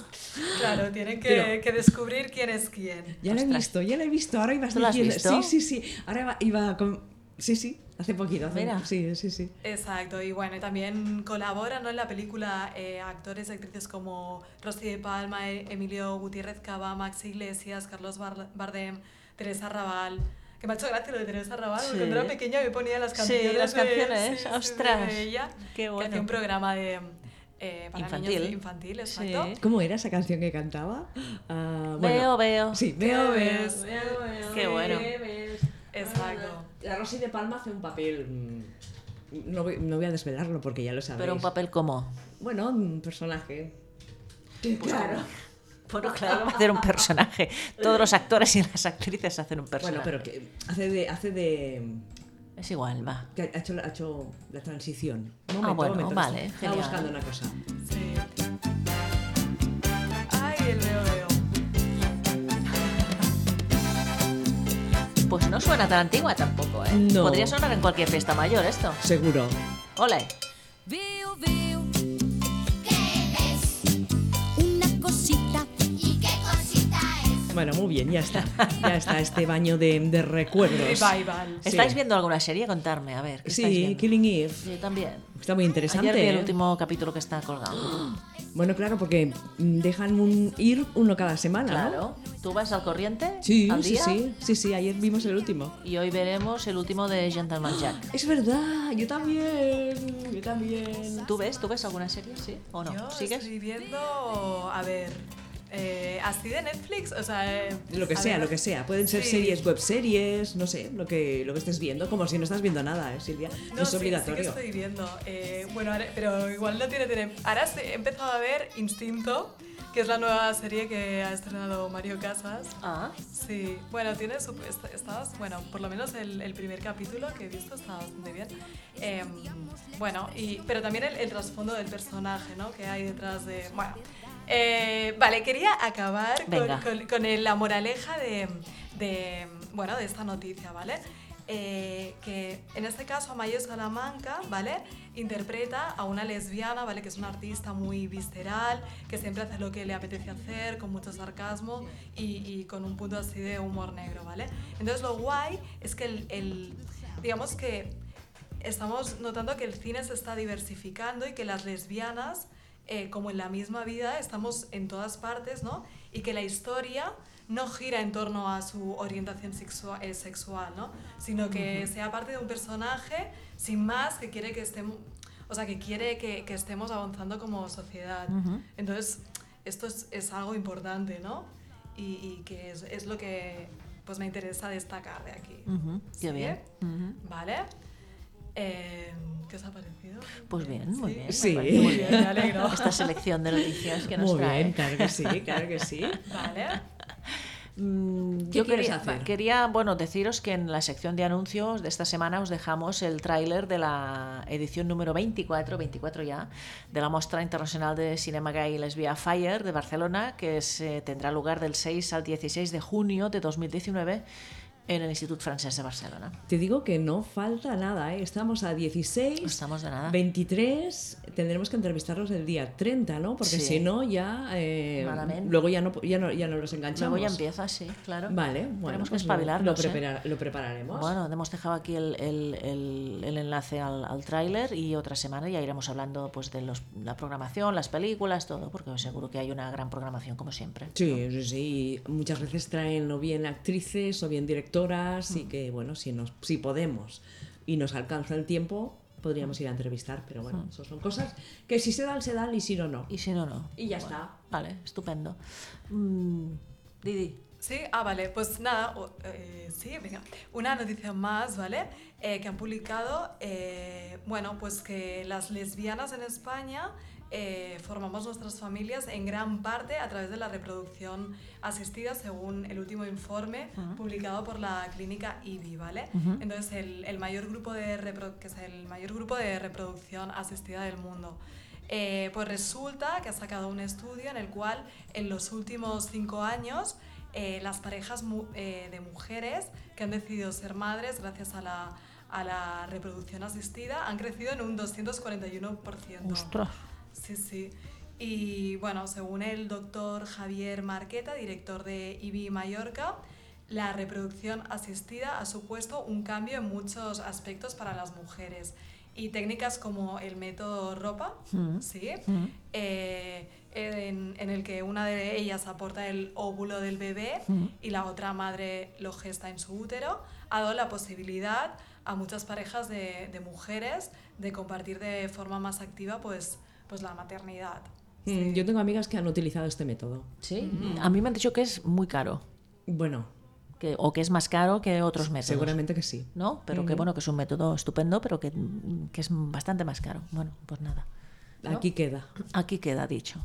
claro, tienen que,
Pero-
que descubrir quién es quién.
Ya lo he
Ostras.
visto, ya lo he visto. Ahora ibas
¿Tú lo has
diciendo.
visto?
Sí, sí, sí. Ahora iba, iba con. Sí, sí, hace poquito. hace-
Mira.
Sí, sí, sí.
Exacto, y bueno, y también colaboran ¿no? en la película eh, actores y actrices como Rosy de Palma, E- Emilio Gutiérrez Cava, Max Iglesias, Carlos Bar- Bardem, Teresa Raval, que me ha hecho gracia lo de Teresa Rabal,
Sí.
porque cuando era pequeña me ponía las
Sí,
canciones.
las
de-
canciones,
sí, sí,
ostras,
de ella,
qué
Que
bueno.
hacía un programa de, eh, para
Infantil.
niños infantil,
Sí.
exacto.
¿Cómo era esa canción que cantaba? Ah,
veo,
bueno,
veo.
Sí, veo, veo.
Sí.
Qué bueno.
Exacto.
La Rosy de Palma hace un papel. mm, No voy, no voy a desvelarlo porque ya lo sabéis.
Pero un papel como.
Bueno, un personaje. claro.
Bueno, claro, va a hacer un personaje. Todos los actores y las actrices hacen un
Bueno,
personaje.
pero que hace de. Hace de
Es igual, va.
que ha, hecho, ha hecho la transición. Un
Ah, bueno, vale,
Estaba
genial.
buscando una cosa.
Sí. Ay, el veo, veo.
Pues no suena tan antigua tampoco, ¿eh?
No.
Podría sonar en cualquier fiesta mayor esto.
Seguro.
Ole.
Veo, veo. ¿Qué ves? Una cosita.
Bueno, muy bien, ya está. Ya está este baño de, de recuerdos.
Revival.
¿Estáis
Sí.
viendo alguna serie? Contadme, a ver. ¿qué estáis
Sí,
viendo?
Killing Eve.
Yo también.
Está muy interesante.
Ayer vi el
¿eh?
último capítulo que está colgado.
Bueno, claro, porque mm, dejan un, ir uno cada semana, ¿no?
Claro. ¿Tú vas al corriente?
Ah, Sí,
¿Al
sí,
día?
sí, sí, sí, ayer vimos el último.
Y hoy veremos el último de Gentleman Jack.
Es verdad, yo también, yo también.
¿Tú ves? ¿Tú ves alguna serie? ¿Sí o no?
Yo
¿Sigues?
estoy viendo, a ver, eh, así de Netflix, o sea... eh,
Lo que
a
sea,
ver,
lo que sea. Pueden ser
sí.
series, web series, no sé, lo que, lo que estés viendo. Como si no estás viendo nada, ¿eh, Silvia. No,
No,
es
sí,
obligatorio.
Sí, que estoy viendo. Eh, bueno, ahora- pero igual no tiene tele- Ahora sí, he empezado a ver Instinto, que es la nueva serie que ha estrenado Mario Casas.
Ah,
Sí, bueno, tiene su... est- estabas- bueno, por lo menos el, el primer capítulo que he visto está bastante bien. Eh, bueno, y, pero también el, el trasfondo del personaje, ¿no? Que hay detrás de... Bueno, eh, vale, quería acabar con,
Venga.
con- con el- la moraleja de, de, bueno, de esta noticia, ¿vale? Eh, que en este caso Amayo Salamanca, ¿vale? Interpreta a una lesbiana, ¿vale? Que es una artista muy visceral, que siempre hace lo que le apetece hacer, con mucho sarcasmo y, y con un punto así de humor negro, ¿vale? Entonces lo guay es que el- el digamos que estamos notando que el cine se está diversificando y que las lesbianas, eh, como en la misma vida, estamos en todas partes, ¿no? Y que la historia no gira en torno a su orientación sexua- eh, sexual, ¿no? Sino que sea parte de un personaje, sin más, que quiere que estemos... O sea, que quiere que, que estemos avanzando como sociedad. Entonces, esto es, es algo importante, ¿no? Y, y que es, es lo que pues, me interesa destacar de aquí.
ujú, qué
¿Sí?
bien. Ujú.
¿Vale? Eh, ¿Qué os ha parecido?
Pues bien, muy
Sí.
bien. me
Sí.
parece muy bien.
Me alegro.
Esta selección de noticias que nos
Muy
trae.
bien, claro que sí, claro que sí.
¿Vale?
Mm,
¿Qué
yo
quieres
quería,
hacer?
quería, bueno, deciros que en la sección de anuncios de esta semana os dejamos el tráiler de la edición número 24, 24 ya, de la Mostra Internacional de Cinema Gay y Lesbia Fire de Barcelona, que se tendrá lugar del 6 al 16 de junio de 2019 en el Institut Francés de Barcelona.
Te digo que no falta nada, ¿eh? Estamos a 16.
No estamos de nada.
23 tendremos que entrevistarlos el día 30, ¿no? Porque
Sí.
si no, ya. eh,
Malamente.
luego ya no, ya, no, ya no los enganchamos.
Luego ya empieza, sí, claro.
Vale, bueno.
Tenemos
pues lo-
que
Lo,
espabilarnos, ¿eh?
prepara- lo prepararemos.
Bueno, hemos dejado aquí el, el- el- el enlace al, al tráiler y otra semana ya iremos hablando pues de los- la programación, las películas, todo, porque seguro que hay una gran programación como siempre.
Sí, sí, sí. y Muchas veces traen o bien actrices o bien directoras
Mm.
y que, bueno, si, nos, si podemos y nos alcanza el tiempo, podríamos ir a entrevistar. Pero
Mm.
bueno, eso son cosas que si se dan, se dan y si no, no.
Y si no, no.
Y ya está.
Vale, estupendo. Mm, Didi.
Sí, ah, vale, pues nada, o- eh, sí, venga. Una noticia más, ¿vale? Eh, que han publicado, eh, bueno, pues que las lesbianas en España eh, formamos nuestras familias en gran parte a través de la reproducción asistida, según el último informe
Ah.
publicado por la clínica IBI, ¿vale? Entonces, el, el mayor grupo de repro- que es el mayor grupo de reproducción asistida del mundo. Eh, pues resulta que ha sacado un estudio en el cual en los últimos cinco años eh, las parejas mu- eh, de mujeres que han decidido ser madres gracias a la, a la reproducción asistida han crecido en un 241%.
Ostras.
Sí, sí. Y bueno, según el doctor Javier Marqueta, director de IBI Mallorca, la reproducción asistida ha supuesto un cambio en muchos aspectos para las mujeres. y técnicas como el método ropa,
Mm.
¿sí?
Mm.
Eh, en, en el que una de ellas aporta el óvulo del bebé
Mm.
y la otra madre lo gesta en su útero, ha dado la posibilidad a muchas parejas de, de mujeres de compartir de forma más activa pues, pues la maternidad.
Mm, Yo tengo amigas que han utilizado este método.
Sí.
Mm-hmm.
A mí me han dicho que es muy caro.
Bueno,
que- o que es más caro que otros métodos.
seguramente que sí.
¿No? Pero
Mm-hmm.
que bueno, que es un método estupendo, pero que, que es bastante más caro. Bueno, pues nada. ¿no?
Aquí queda.
Aquí queda dicho.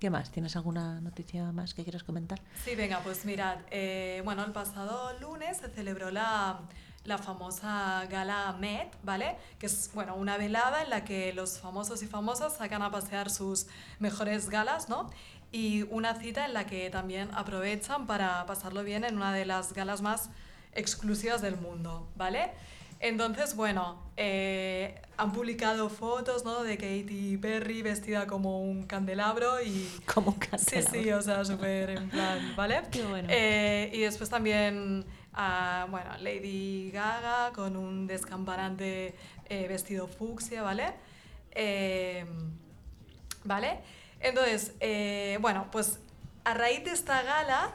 ¿Qué más? ¿Tienes alguna noticia más que quieras comentar?
Sí, venga, pues mirad, eh, bueno, el pasado lunes se celebró la, la famosa gala Met, ¿vale? Que es, bueno, una velada en la que los famosos y famosas sacan a pasear sus mejores galas, ¿no? Y una cita en la que también aprovechan para pasarlo bien en una de las galas más exclusivas del mundo, ¿vale? Entonces, bueno, eh, han publicado fotos, ¿no? De Katy Perry vestida como un candelabro y...
Como
Sí, sí, o sea, súper en plan, ¿vale?
Qué bueno.
Eh, y después también, ah, bueno, Lady Gaga con un descamparante eh, vestido fucsia, ¿vale? Eh, ¿Vale? Entonces, eh, bueno, pues a raíz de esta gala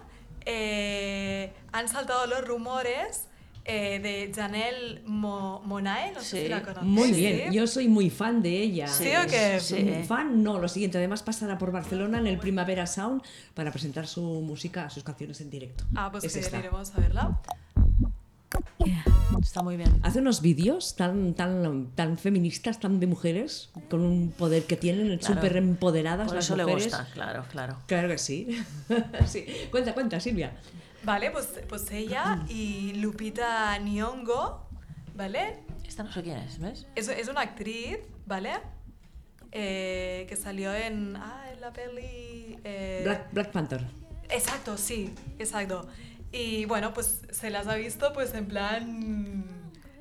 eh, han saltado los rumores eh, de Janelle Mo- Monáe, no sé
Sí,
si la conoces.
Muy
¿sí?
bien, yo soy muy fan de ella.
Sí, ¿o qué?
Sí.
Fan, no, lo siguiente. Además pasará por Barcelona en el Primavera Sound para presentar su música, sus canciones en directo.
Ah, pues
Es
que
esta.
iremos a verla.
Está muy bien.
Hace unos vídeos tan, tan, tan feministas, tan de mujeres, con un poder que tienen,
Claro.
súper empoderadas
Por
las
eso
mujeres.
le gusta, claro, claro.
Claro que sí. sí. Cuenta, cuenta, Silvia.
Vale, pues, pues ella y Lupita Nyong'o, ¿vale?
Esta no sé quién es, ¿ves?
Es, es una actriz, ¿vale? Eh, que salió en, ah, en la peli... eh,
Black, Black Panther.
Exacto, sí, exacto. Y bueno, pues se las ha visto pues en plan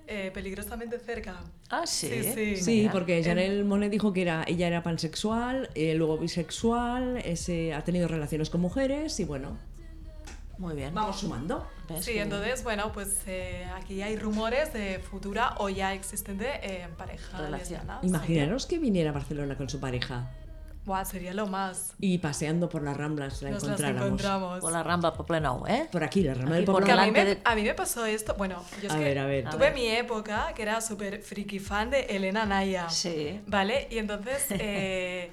eh, peligrosamente cerca.
Ah, sí.
Sí, sí.
Sí,
Mira.
porque Janelle Monet dijo que era, ella era pansexual, eh, luego bisexual, eh, se- ha tenido relaciones con mujeres y bueno,
Muy bien.
vamos sumando.
¿Ves?
Sí, entonces, bueno, pues eh, aquí hay rumores de futura o ya existente eh, pareja
Relación.
lesbiana. sí.
Imaginaros que viniera a Barcelona con su pareja
Buah, sería lo más.
y paseando por las Ramblas la
Nos las
encontráramos.
encontramos.
Por la ramba Poplenou, ¿eh?
Por aquí, la Rambla
Aquí
del
por
Poblado.
Porque a mí, me,
Delante de-
a mí me pasó esto. Bueno, yo es
A
que
ver, a ver.
tuve
A ver.
mi época que era súper friki fan de Elena Naya.
Sí.
¿Vale? Y entonces. eh,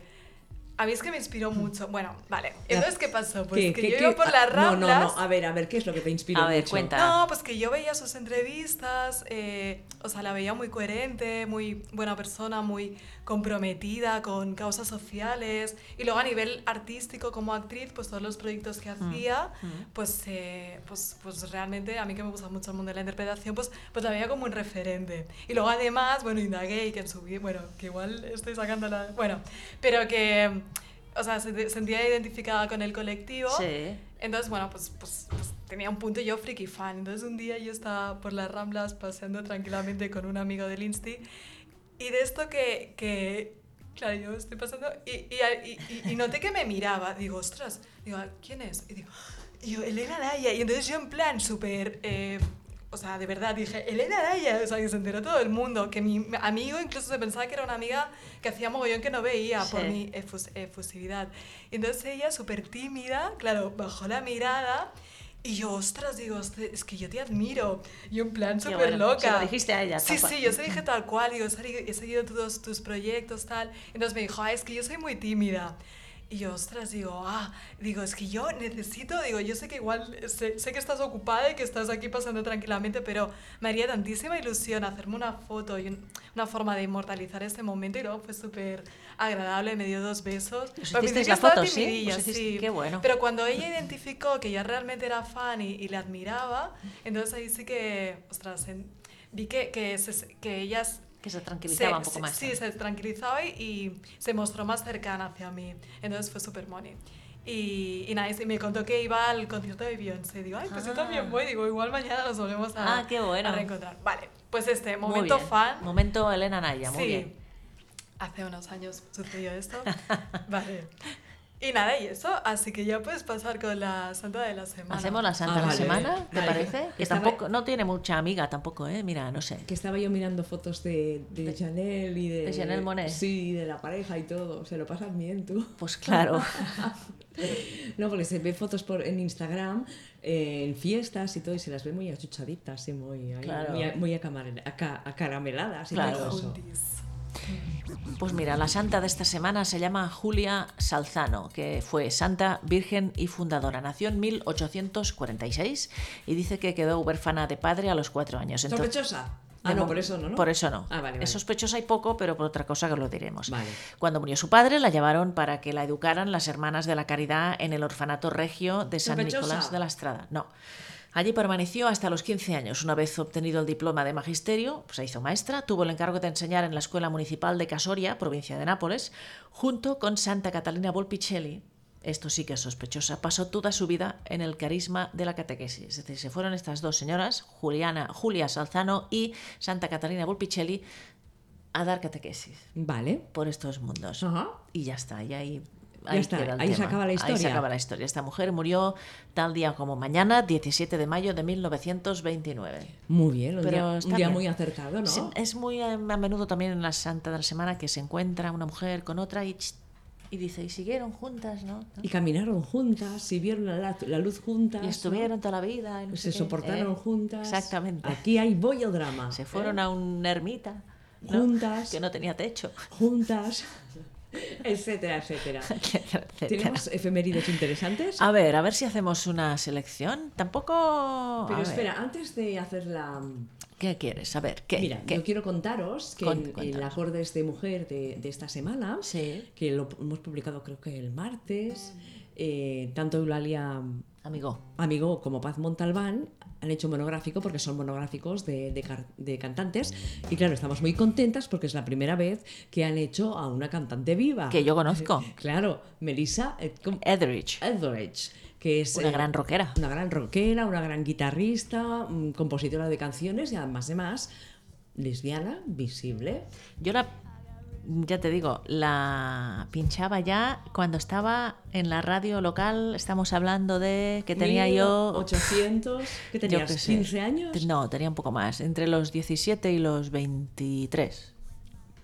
a mí es que me inspiró mucho. Bueno, vale. Entonces, ¿qué pasó? Pues
¿Qué,
que
qué,
yo
qué?
iba por las
Ah, No,
ramblas.
no, no, a ver, a ver, ¿qué es lo que te inspira
A ver,
mucho?
cuenta.
No, pues que yo veía sus entrevistas, eh, o sea, la veía muy coherente, muy buena persona, muy comprometida con causas sociales. Y luego a nivel artístico como actriz, pues todos los proyectos
Mm,
que hacía, pues, eh, pues, pues realmente a mí que me gusta mucho el mundo de la interpretación, pues, pues la veía como un referente. Y luego además, bueno, indagué y que en su vida, bueno, que igual estoy sacando la... Bueno, pero que... O sea, se sentía identificada con el colectivo.
Sí.
Entonces, bueno, pues, pues, pues tenía un punto yo friki fan. Entonces, un día yo estaba por las Ramblas paseando tranquilamente con un amigo del Insti y de esto que, que claro, yo estoy pasando y, y, y- y noté que me miraba. Digo, ostras, digo, "Ah, ¿quién es? Y digo, "Ah", y yo, Elena Daya. Y entonces yo en plan súper... eh, o sea, de verdad, dije, Elena Daya, o sea, que se enteró todo el mundo, que mi amigo incluso se pensaba que era una amiga que hacía mogollón que no veía por
Sí.
mi efus- efusividad. Y entonces ella, súper tímida, claro, bajó la mirada y yo, ostras, digo, "Oste- es que yo te admiro. Yo en plan
Qué
súper
bueno,
loca.
se lo dijiste a ella,
Sí,
tal cual.
sí, yo se lo dije tal cual, digo, he segui- he seguido todos tus proyectos, tal. Entonces me dijo, ah, es que yo soy muy tímida. Y yo, ostras, digo, ah, digo, es que yo necesito, digo, yo sé que igual, sé, sé que estás ocupada y que estás aquí pasando tranquilamente, pero me haría tantísima ilusión hacerme una foto y un- una forma de inmortalizar este momento. Y luego fue súper agradable, me dio dos besos.
¿Os hicisteis
Al principio
la
estaba
foto, sí?
timidilla,
¿Os hicisteis? Qué bueno.
Pero cuando ella identificó que yo realmente era fan y, y la admiraba, entonces ahí sí que, ostras, en- vi que, que, se- que ella s-
Que se tranquilizaba
se-
un poco
se-
más.
sí, se tranquilizaba y, y se mostró más cercana hacia mí. Entonces fue súper money. Y, y nada, y me contó que iba al concierto de Beyoncé. Digo, ay, pues yo
Ah.
también voy. Digo, igual mañana nos volvemos a,
Ah, qué bueno.
a reencontrar. Vale, pues este
Muy
momento
bien.
fan.
Momento Elena Naya, muy
sí.
bien.
Hace unos años sucedió esto. vale. Y nada, y eso, así que ya puedes pasar con la santa de la semana.
Hacemos la santa
Ah,
la
vale.
semana, ¿te
Vale.
parece? Que
Estaba-
tampoco, no tiene mucha amiga tampoco, ¿eh? Mira, no sé.
Que estaba yo mirando fotos de, de Chanel y de...
de Chanel Monáe.
Sí, de la pareja y todo. Se lo pasas bien tú.
Pues claro.
No, porque se ve fotos por, en Instagram, eh, en fiestas y todo, y se las ve muy achuchaditas y muy, ahí,
Claro.
muy, a- muy acamarel- aca- acarameladas y
Claro.
todo eso.
Juntis.
Pues mira, la santa de esta semana se llama Julia Salzano, que fue santa, virgen y fundadora. Nació en 1846 y dice que quedó huérfana de padre a los cuatro años. Entonces-
¿Sospechosa? Ah,
de
no,
mom-
por eso no, ¿no?
Por eso no.
Ah, vale, vale.
Es sospechosa y poco, pero por otra cosa que lo diremos.
Vale.
Cuando murió su padre, la llevaron para que la educaran las hermanas de la caridad en el orfanato regio de San
Sospechosa.
Nicolás de la Estrada. No. Allí permaneció hasta los 15 años. Una vez obtenido el diploma de magisterio, pues se hizo maestra, tuvo el encargo de enseñar en la Escuela Municipal de Casoria, provincia de Nápoles, junto con Santa Catalina Volpicelli. Esto sí que es sospechosa. Pasó toda su vida en el carisma de la catequesis. Es decir, se fueron estas dos señoras, Juliana, Julia Salzano y Santa Catalina Volpicelli, a dar catequesis
Vale.
por estos mundos.
Ajá.
Y ya está, y ahí,
Ya está,
el
ahí se
tema.
acaba la
Ahí se
historia.
acaba la historia. Esta mujer murió tal día como mañana, 17 de mayo de 1929.
Muy bien, un
Pero
día, un
está
día
bien. eh.
muy acertado, ¿no?
Se- Es muy a a menudo también en la Santa de la Semana que se encuentra una mujer con otra y, ch- y dice, y siguieron juntas, ¿no?
Y caminaron juntas, y vieron la, la luz juntas.
Y estuvieron toda la vida. y no
¿no? Se
sé qué,
soportaron
¿eh?
juntas.
Exactamente.
Aquí hay bollo drama.
Se fueron a una ermita. ¿no?
¿eh? Juntas.
Que no tenía techo.
Juntas, etcétera, etcétera.
etcétera, Ah, etcétera.
¿Tenemos efemérides interesantes?
A ver, a ver si hacemos una selección. Tampoco... a
Pero
ver.
espera, antes de hacer la...
¿Qué quieres? A ver, ¿qué?
Mira,
¿Qué?
yo quiero contaros que
Con-
en- en,
cuéntanos.
la Acordes de Mujer de, de esta semana,
Sí.
que lo hemos publicado creo que el martes, eh, tanto Eulalia
Amigo.
Amigo como Paz Montalbán han hecho un monográfico porque son monográficos de, de car- de cantantes y claro, estamos muy contentas porque es la primera vez que han hecho a una cantante viva.
Que yo conozco.
Claro, Melissa eh, com-
Etheridge.
Etheridge, que es...
Una
eh,
gran rockera.
una gran rockera, una gran guitarrista, mm, compositora de canciones y además de más, lesbiana, visible.
Yo la. Ya te digo, la pinchaba ya cuando estaba en la radio local. Estamos hablando de que tenía yo.
800, ¿qué
yo
tenías?
qué sé.
15 años.
No, tenía un poco más. Entre los 17 y los 23.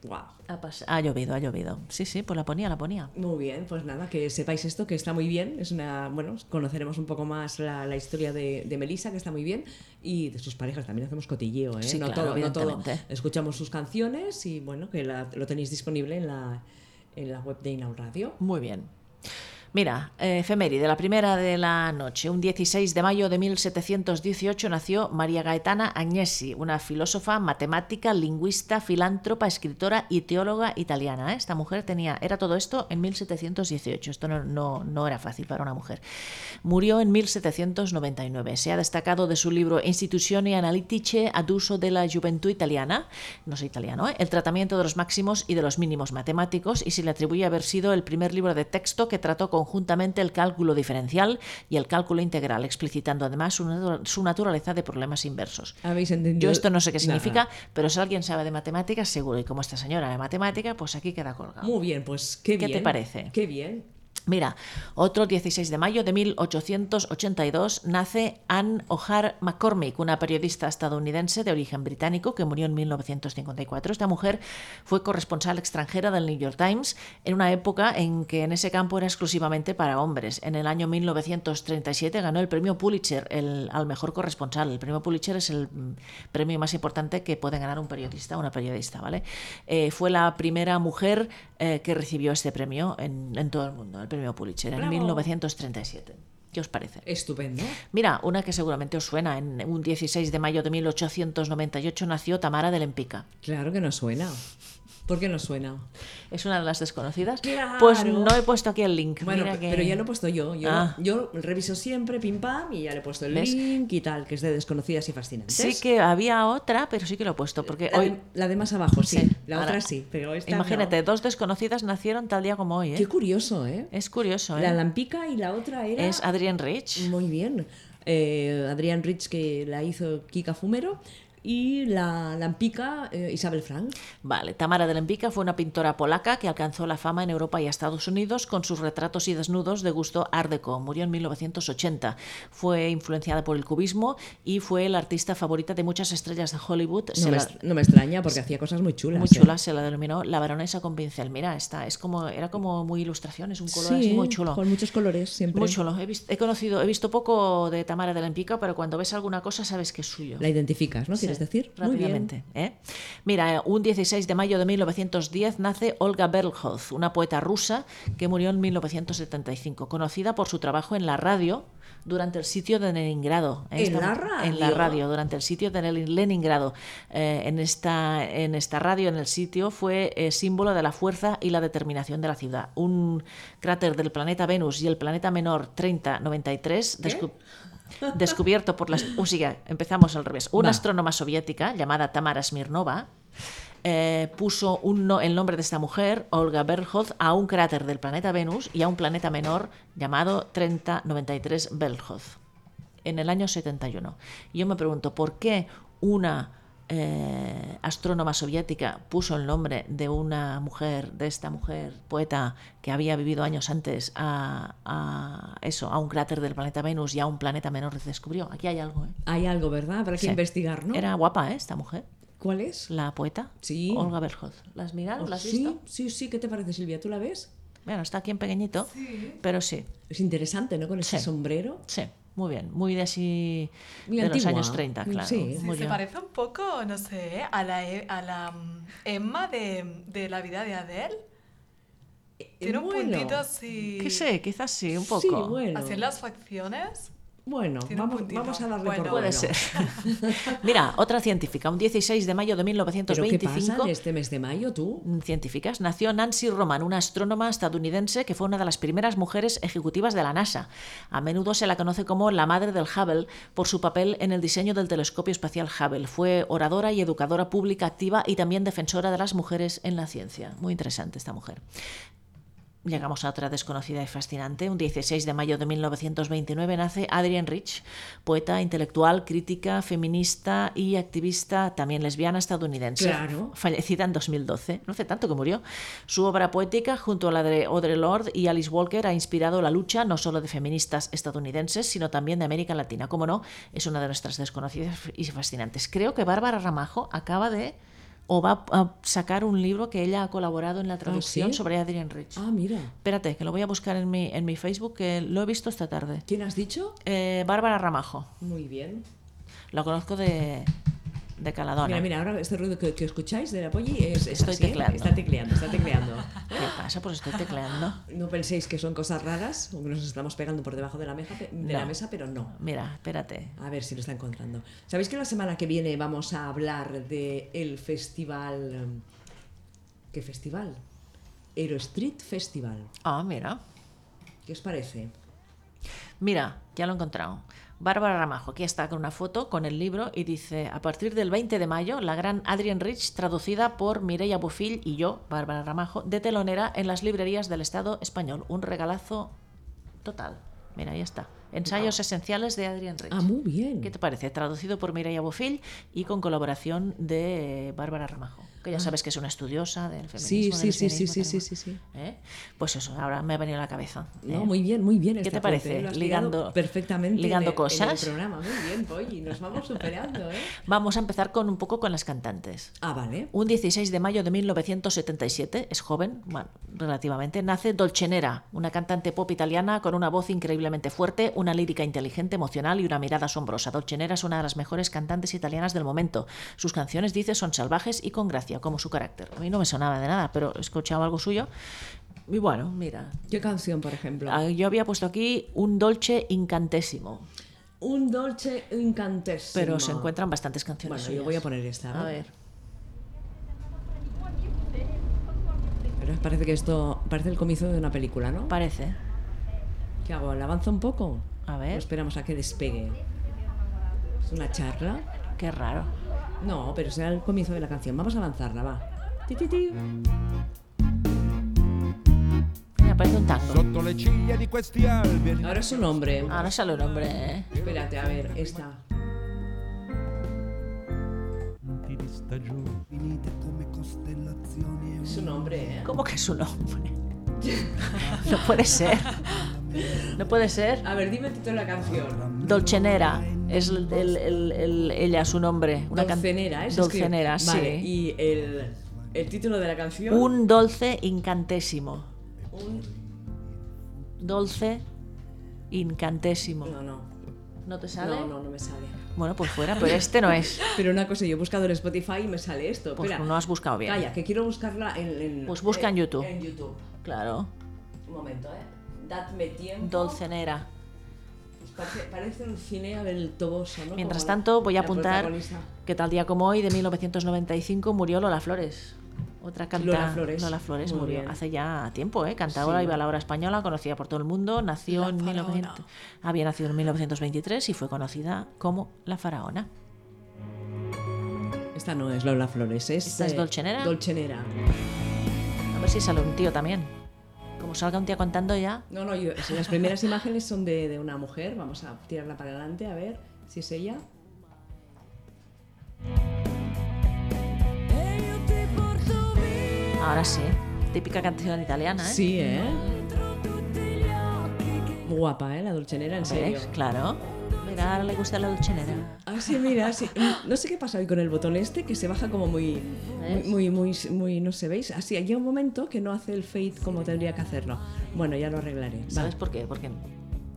Guau.
Ha, pas- ha llovido, ha llovido. Sí, sí, pues la ponía, la ponía.
Muy bien, pues nada, que sepáis esto, que está muy bien. Es una, bueno, conoceremos un poco más la, la historia de, de Melissa, que está muy bien, y de sus parejas también hacemos cotilleo, ¿eh?
Sí,
no
claro,
todo, no todo.
evidentemente.
Escuchamos sus canciones y bueno, que la- lo tenéis disponible en la, en la web de Inaud Radio.
Muy bien. Mira, eh, efeméride, la primera de la noche. Un 16 de mayo de 1718 nació María Gaetana Agnesi, una filósofa, matemática, lingüista, filántropa, escritora y teóloga italiana. ¿eh? Esta mujer tenía, era todo esto en 1718. Esto no, no- no era fácil para una mujer. Murió en 1799. Se ha destacado de su libro Instituzioni analitiche ad uso della juventud italiana, no sé italiano, ¿eh? el tratamiento de los máximos y de los mínimos matemáticos y se le atribuye haber sido el primer libro de texto que trató conjuntamente el cálculo diferencial y el cálculo integral, explicitando además su, natu- su naturaleza de problemas inversos.
¿Habéis entendido?
Yo esto no sé qué
Nada.
significa, pero si alguien sabe de matemáticas, seguro. Y como esta señora de matemática, pues aquí queda colgado.
Muy bien, pues qué,
¿Qué te
bien.
parece?
Qué bien.
Mira, otro 16 de mayo de 1882 nace Anne O'Hare McCormick, una periodista estadounidense de origen británico que murió en 1954. Esta mujer fue corresponsal extranjera del New York Times en una época en que en ese campo era exclusivamente para hombres. En el año 1937 ganó el premio Pulitzer el- al mejor corresponsal. El premio Pulitzer es el mm, premio más importante que puede ganar un periodista o una periodista, ¿vale? Eh, fue la primera mujer eh, que recibió este premio en, en todo el mundo, el premio Pulitzer, en
Bravo.
1937. ¿Qué os parece?
Estupendo.
Mira, una que seguramente os suena. En un 16 de mayo de 1898 nació Tamara del Empica.
Claro que no suena. ¿Por qué no suena?
¿Es una de las desconocidas?
Claro.
Pues no he puesto aquí el link.
Bueno,
Mira
pe-
que-
pero ya lo he puesto yo. Yo,
Ah.
yo reviso siempre, pim pam, y ya le he puesto el
¿Ves?
link y tal, que es de desconocidas y fascinantes.
Sí que había otra, pero sí que lo he puesto. Porque
La,
hoy.
de, la de más abajo, sí.
Sí.
La
Ahora,
otra sí, pero esta no.
Imagínate, dos desconocidas nacieron tal día como hoy. ¿eh?
Qué curioso, ¿eh?
Es curioso, ¿eh?
La Lampica Mm. y la otra era...
Es Adrienne Rich.
Muy bien. Eh, Adrián Rich, que la hizo Kika Fumero. y la, la ampica eh, Isabel Frank.
Vale, Tamara de Lempica fue una pintora polaca que alcanzó la fama en Europa y Estados Unidos con sus retratos y desnudos de gusto art deco. Murió en 1980. Fue influenciada por el cubismo y fue la artista favorita de muchas estrellas de Hollywood.
No
Se
me,
la-
est- no me extraña porque hacía cosas muy chulas.
muy
¿eh?
chula, se la denominó la baronesa con pincel. Mira, esta es como, era como muy ilustración, es un color así muy chulo.
Con muchos colores siempre.
Muy chulo. He, vis- he conocido, he visto poco de Tamara de Lempica, pero cuando ves alguna cosa sabes que es suyo.
La identificas, ¿no? ¿Quieres
Sí,
decir? Muy bien.
Rápidamente. ¿eh? Mira, eh, un 16 de mayo de 1910 nace Olga Berlhoff, una poeta rusa que murió en 1975, conocida por su trabajo en la radio durante el sitio de Leningrado.
¿En la
En la
radio?
radio, durante el sitio de Leni- Leningrado. Eh, en, esta, en esta radio, en el sitio, fue eh, símbolo de la fuerza y la determinación de la ciudad. Un cráter del planeta Venus y el planeta menor 3093 descu- descubierto por las... O sea, empezamos al revés. Una
Va.
astrónoma soviética llamada Tamara Smirnova eh, puso un no- el nombre de esta mujer, Olga Berlhoff, a un cráter del planeta Venus y a un planeta menor llamado 3093 Berlhoff en el año 71. Y yo me pregunto, ¿por qué una eh, astrónoma soviética puso el nombre de una mujer, de esta mujer poeta que había vivido años antes a, a eso, a un cráter del planeta Venus y a un planeta menor que se descubrió? Aquí hay algo, ¿eh?
Hay algo, ¿verdad? Habrá que
Sí.
investigar, ¿no?
Era guapa, ¿eh? Esta mujer,
¿Cuál es?
la poeta.
Sí.
Olga Berhoff. ¿La has mirado? ¿La has
sí,
visto?
sí, sí. ¿Qué te parece, Silvia? ¿Tú la ves?
Bueno, está aquí en pequeñito, pero sí,
Es interesante, ¿no? Con ese
Sí.
sombrero.
sí. Muy bien, muy de así
Muy
de
antigua.
los años 30, claro.
Sí.
Sí,
muy
se
bien.
parece un poco, no sé, a la, E- a la mm, Emma de, de la vida de Adele. Tiene un
bueno.
puntito así.
Que sé, quizás sí, un poco.
Sí, bueno.
Así en las facciones.
Bueno,
Tiene un
vamos,
puntito.
vamos a darle
Bueno.
por
Puede
bueno.
ser. Mira, otra científica, un 16 de mayo de
¿Pero qué pasa
1925.
en este mes de mayo, tú?
mm, Científicas. Nació Nancy Roman, una astrónoma estadounidense que fue una de las primeras mujeres ejecutivas de la NASA. A menudo se la conoce como la madre del Hubble por su papel en el diseño del telescopio espacial Hubble. Fue oradora y educadora pública activa y también defensora de las mujeres en la ciencia. Muy interesante esta mujer. Llegamos a otra desconocida y fascinante. Un 16 de mayo de 1929 nace Adrienne Rich, poeta, intelectual, crítica, feminista y activista, también lesbiana estadounidense.
Claro.
Fallecida en 2012. No hace tanto que murió. Su obra poética, junto a la de Audre Lorde y Alice Walker, ha inspirado la lucha no solo de feministas estadounidenses, sino también de América Latina. Como no, es una de nuestras desconocidas y fascinantes. Creo que Bárbara Ramajo acaba de o va a sacar un libro que ella ha colaborado en la traducción
sí?
sobre Adrienne Rich.
Ah, mira.
Espérate, que lo voy a buscar en mi, en mi Facebook, que lo he visto esta tarde.
¿Quién has dicho?
Eh, Bárbara Ramajo.
Muy bien.
Lo conozco de, de Caladona.
Mira, mira, ahora este ruido que, que escucháis de la Polly es, es
Estoy
así, ¿eh?
tecleando.
Está tecleando, está tecleando.
¿Qué pasa? Pues estoy tecleando.
No penséis que son cosas raras o que nos estamos pegando por debajo de la, meja, pe- de la
No.
mesa, pero no.
Mira, espérate.
A ver si lo está encontrando. ¿Sabéis que la semana que viene vamos a hablar de el festival... em, ¿Qué festival? Aero Street Festival.
Ah, mira.
¿Qué os parece?
Mira, ya lo he encontrado. Bárbara Ramajo, aquí está con una foto, con el libro, y dice, a partir del 20 de mayo, la gran Adrienne Rich, traducida por Mireia Bofill y yo, Bárbara Ramajo, de telonera en las librerías del Estado español. Un regalazo total. Mira, ahí está. Ensayos esenciales de Adrienne Rich.
Ah, muy bien.
¿Qué te parece? Traducido por Mireia Bofill y con colaboración de Bárbara Ramajo, que ya sabes que es una estudiosa del feminismo.
Ah. Sí, sí,
del
sí, sí,
lesbianismo,
sí,
tal y
sí,
cual.
sí, sí.
¿Eh? Pues eso, ahora me ha venido a la cabeza.
No,
¿eh?
muy bien, muy bien. este
te
apunte,
parece?
¿eh? Lo has pillado
Ligando-
perfectamente en
ligando
el- en
cosas.
el programa. Muy bien, Polly. Nos vamos superando, ¿eh?
Vamos a empezar con un poco con las cantantes.
Ah, vale.
Un 16 de mayo de 1977, es joven, bueno, relativamente, nace Dolcenera, una cantante pop italiana con una voz increíblemente fuerte, una lírica inteligente, emocional y una mirada asombrosa. Dolcenera es una de las mejores cantantes italianas del momento. Sus canciones, dice, son salvajes y con gracia, como su carácter. A mí no me sonaba de nada, pero escuchaba algo suyo. Y bueno, mira,
¿Qué canción, por ejemplo?
ah, yo había puesto aquí un dolce incantésimo,
Un dolce incantesimo.
pero se encuentran bastantes canciones.
Bueno, yo voy a
suyas.
poner esta. ¿no?
A ver.
Pero parece que esto parece el comienzo de una película, ¿no?
Parece.
¿Qué hago? ¿Le avanzo un poco? ¿Eh?
A
¿O
ver,
esperamos a que despegue. ¿Es una charla?
qué raro.
No, pero será el comienzo de la canción. Vamos a avanzarla, va. Ti, ti, ti.
Me parece un tango.
Sotto le ciglia di questi alberi
Ahora es un hombre.
Ah, Ahora sale un hombre. ¿eh?
Espérate, a ver, esta.
stagioni. Finite come costellazioni
Es un hombre, ¿eh?
¿Cómo que es un hombre? No puede ser. No puede ser.
A ver, dime el título de la canción.
Dolcenera es el, el- el- el- ella su nombre. Una can-
Dolcenera, ¿es?
Dolcenera,
Escribe. Vale,
sí.
y el, el título de la canción.
Un dulce incantésimo.
un-
Dulce incantésimo.
No, no.
¿No te sale?
No, no, no me sale.
Bueno, pues fuera, pero este no es.
Pero una cosa, yo he buscado en Spotify y me sale esto.
Pues
Espera.
no has buscado bien.
Calla, que quiero buscarla en. en- eh,
Pues busca en YouTube.
En YouTube.
Claro.
Un momento, ¿eh? Dadme tiempo.
Dolcenera.
Pues Parece, parece un cine del Toboso, ¿no?
Mientras
Como la-
tanto, voy a
la
apuntar
protagonista.
que tal día como hoy, de 1995, murió Lola Flores. Otra cantante.
Lola Flores. Muy
murió
bien.
hace ya tiempo, ¿eh? Cantadora
Sí.
y bailadora española, conocida por todo el mundo. Nació
La
en 1900
faraona.
Había nacido en 1923 y fue conocida como La Faraona.
Esta no es Lola Flores, es.
¿Esta es
eh,
Dolcenera?
Dolcenera.
A ver si sale un tío también. Como salga un tío contando ya.
No, no, yo, si las primeras imágenes son de, de una mujer. Vamos a tirarla para adelante a ver si es ella.
Ahora sí. Típica canción italiana, ¿eh?
Sí, ¿eh? Guapa, ¿eh? La Dolcenera, en serio.
¿Ves? Claro. Mira, ahora le gusta la dolcenera.
Ah, sí, mira, sí. Mm, No sé qué pasa hoy con el botón este, que se baja como muy,
¿Ves?
muy, muy, muy, muy- no sé, ¿veis? Así, llega un momento que no hace el fade como tendría que hacerlo. Bueno, ya lo arreglaré. Va.
¿Sabes por qué? Porque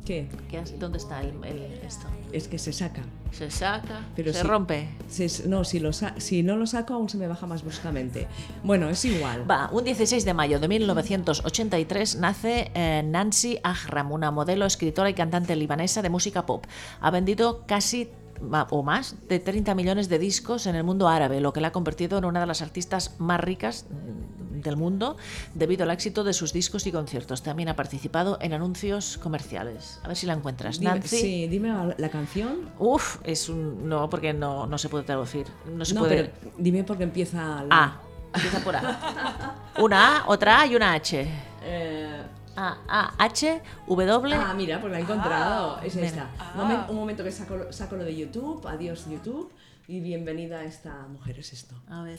¿Qué?
¿qué has- ¿dónde está el, el- esto?
Es que se saca.
Se saca,
Pero
se
sí.
rompe.
Se- no, si, lo sa- si no lo saco aún se me baja más bruscamente. Bueno, es igual.
Va, un 16 de mayo de 1983 nace eh, Nancy Ahram, una modelo, escritora y cantante libanesa de música pop. Ha vendido casi ma- o más de 30 millones de discos en el mundo árabe, lo que la ha convertido en una de las artistas más ricas mm, del mundo debido al éxito de sus discos y conciertos. También ha participado en anuncios comerciales. A ver si la encuentras.
Dime-
Nancy.
Sí, dime la- la canción.
Uf, es un. No, porque no, no se puede traducir. No se
No,
puede. Ah.
pero dime por qué empieza la...
A. Empieza por A. Una A, otra A y una H.
Eh,
A, A, H, W.
Ah, mira, pues la he encontrado. es
Mira.
esta. Momen- un momento que saco, lo- saco lo de YouTube. Adiós, YouTube. Y bienvenida a esta mujer, es esto.
A ver.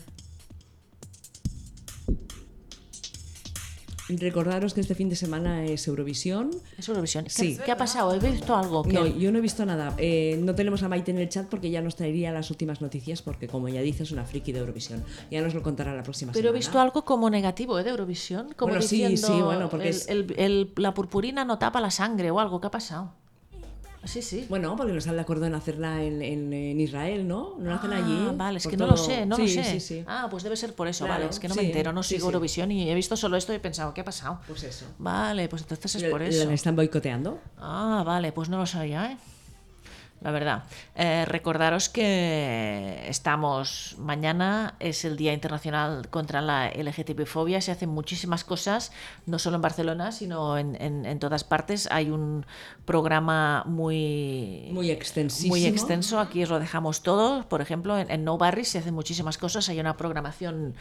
Y Recordaros que este fin de semana es Eurovisión.
Es Eurovisión. ¿Qué,
Sí.
¿Qué ha pasado? ¿He visto algo? que
No, yo no he visto nada. Eh, no tenemos a Maite en el chat porque ya nos traería las últimas noticias porque, como ya dices, es una friki de Eurovisión. Ya nos lo contará la próxima
Pero he
semana.
visto algo como negativo ¿eh? de Eurovisión. Como
Bueno, sí,
diciendo
sí, bueno, porque
el-
es-
el- el- la purpurina no tapa la sangre o algo. ¿Qué ha pasado?
Ah,
Ah, Sí, sí.
Bueno, porque no están de acuerdo en hacerla en, en- en Israel, ¿no? No la hacen allí.
Ah, vale, es
por
que no
todo-
lo sé, no lo
Sí,
sé.
Sí, sí.
Ah, pues debe ser por eso,
Claro,
vale. Es que no
sí,
me entero, no
sí,
sigo
sí.
Eurovisión y he visto solo esto y he pensado, ¿qué ha pasado?
Pues eso.
Vale, pues entonces es por
La-
eso.
La están boicoteando.
Ah, vale, pues no lo sabía, ¿eh? La verdad. Eh, recordaros que estamos. Mañana es el Día Internacional contra la LGTB-fobia. Se hacen muchísimas cosas, no solo en Barcelona, sino en, en- en todas partes. Hay un programa Eh, muy.
Muy extensísimo.
Muy extenso, aquí os lo dejamos todo. Por ejemplo, en, en No Barris se hacen muchísimas cosas, hay una programación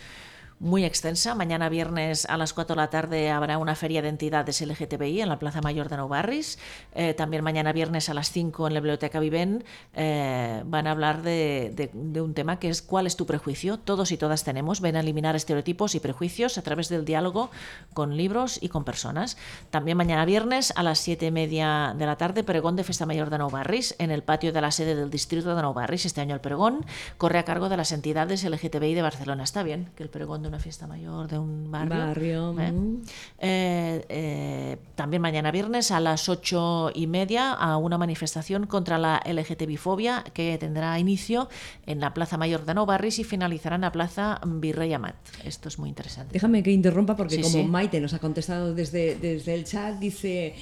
muy extensa. Mañana viernes a las 4 de la tarde habrá una feria de entidades LGTBI en la Plaza Mayor de Nou Barris. Eh, también mañana viernes a las 5 en la Biblioteca Viven eh, van a hablar de, de- de un tema que es ¿Cuál es tu prejuicio? Todos y todas tenemos. Ven a eliminar estereotipos y prejuicios a través del diálogo con libros y con personas. También mañana viernes a las 7 y media de la tarde, pregón de Festa Mayor de Nou Barris en el patio de la sede del distrito de Nou Barris. Este año el pregón corre a cargo de las entidades LGTBI de Barcelona. Está bien que el pregón de una fiesta mayor de un barrio.
Barrio,
¿eh?
mm.
Eh, eh, también mañana viernes a las ocho y media a una manifestación contra la LGTBI-fobia que tendrá inicio en la Plaza Mayor de Nou Barris y finalizará en la Plaza Virrey Amat. Esto es muy interesante.
Déjame que interrumpa porque
Sí,
como
sí.
Maite nos ha contestado desde, desde el chat, dice,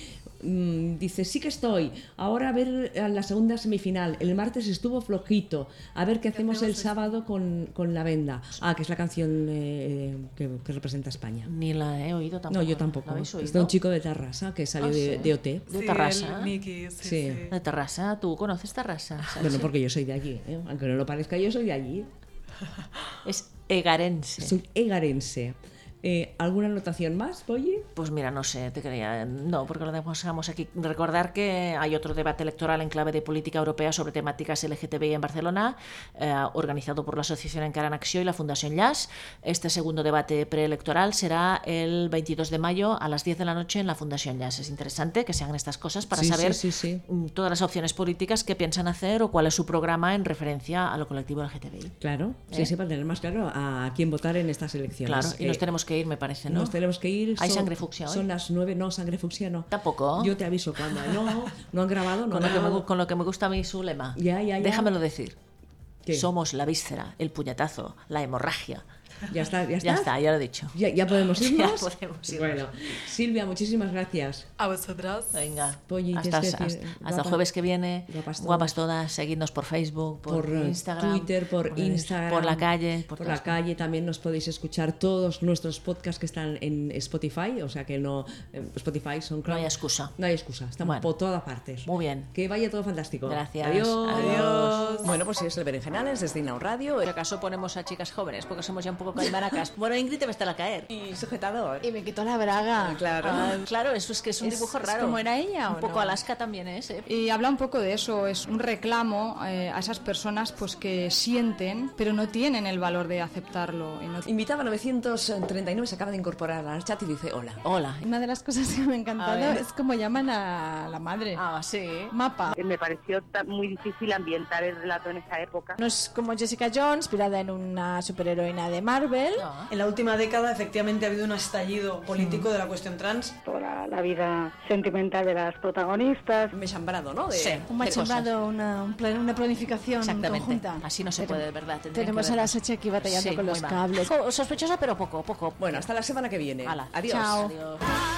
mm, dice, sí que estoy, ahora a ver a la segunda semifinal, el martes estuvo flojito, a ver qué hacemos el sábado con, con la venda. Ah, que es la canción eh, que, que representa a España.
Ni la he oído
No,
tampoco.
yo
¿La
tampoco.
habéis
Es de
oído?
un chico de Tarrasa que salió
Ah,
de,
sí.
de OT.
De
Sí,
Tarrasa.
el Nicky, sí,
Sí.
sí.
De Tarrasa, ¿tú conoces Tarrasa? Sánchez?
Bueno, porque yo soy de allí, ¿eh? aunque no lo parezca, yo soy de allí.
Es egarense.
Soy egarense. Eh, ¿Alguna anotación más, Polly?
Pues mira, no sé, te quería. No, porque lo dejamos aquí. Recordar que hay otro debate electoral en clave de política europea sobre temáticas LGTBI en Barcelona, eh, organizado por la Asociación Encara en Acció y la Fundación Llas. Este segundo debate preelectoral será el 22 de mayo a las 10 de la noche en la Fundación Llas. Es interesante que se hagan estas cosas para
Sí,
saber
sí, sí, sí.
mm, todas las opciones políticas que piensan hacer o cuál es su programa en referencia a lo colectivo LGTBI.
Claro, sí,
¿Eh?
sí, para tener más claro a quién votar en estas elecciones.
Claro, y
Eh,
nos tenemos que ir, me parece, ¿no?
Nos tenemos que ir.
¿Hay
son-
sangre fucsia hoy?
Son las nueve, no, sangre fucsia no.
Tampoco.
Yo te aviso cuando. No, no han grabado, no
con,
han
lo que me,
grabado.
gu- con lo que me gusta a mí su lema.
Ya, ya, ya.
Déjamelo decir.
¿Qué?
Somos la víscera, el puñetazo, la hemorragia.
Ya está, ya está.
Ya está, ya lo he dicho.
Ya, ya podemos
Ya
irnos.
podemos irnos.
Bueno, Silvia, muchísimas gracias.
A vosotras.
Venga,
Polly,
hasta,
Pues, tienes que
hasta,
decir,
hasta el
guapa-
jueves que viene.
guapas
Guapas
todas.
todas, seguidnos por Facebook, por,
eh,
Instagram,
Twitter, por,
el-
Instagram,
por la calle,
por,
por,
la
todas-
calle también nos podéis escuchar todos nuestros podcasts que están en Spotify, o sea que no eh, Spotify son
No hay excusa.
No hay excusa, estamos
Bueno.
por todas partes.
Muy bien.
Que vaya todo fantástico.
Gracias.
Adiós.
Adiós.
Bueno, pues es el Berenjenales desde Inau Radio
Si acaso ponemos a chicas jóvenes, porque somos ya un poco calmaracas. Bueno, Ingrid te va a estar a caer.
y sujetador.
Y me quitó la braga.
Claro.
Ah, claro, eso es que es un
Es-
dibujo
es
raro.
como era ella, ¿o
Un poco
no?
Alaska también es, ¿eh?
Y habla un poco de eso, es un reclamo eh, a esas personas pues que sienten, pero no tienen el valor de aceptarlo. y no-
Invitaba 939, se acaba de incorporar al chat y dice hola.
Hola.
Una de las cosas que me ha encantado
A ver.
es como llaman a la madre.
Ah, sí.
Mapa.
Eh, Me pareció ta- muy difícil ambientar el relato en esa época.
No es como Jessica Jones, inspirada en una superheroína de Marvel.
Ah.
En la última década, efectivamente, ha habido un estallido político de la cuestión trans.
Toda la vida sentimental de las protagonistas.
Me he chambrado, ¿no? De-
Sí,
Un
qué cosas.
machembrado, una, Ah, un plan- una planificación
Exactamente.
conjunta.
Así no se
Pero
puede, de verdad. tendrían
Tenemos
que
a la
vernos.
Sachi aquí batallando
Sí,
con los
muy mal.
cables.
Jo, Sospechosa, pero poco, poco.
Bueno, hasta la semana que viene.
Hala.
Adiós.
Chao.
Adiós.
Adiós.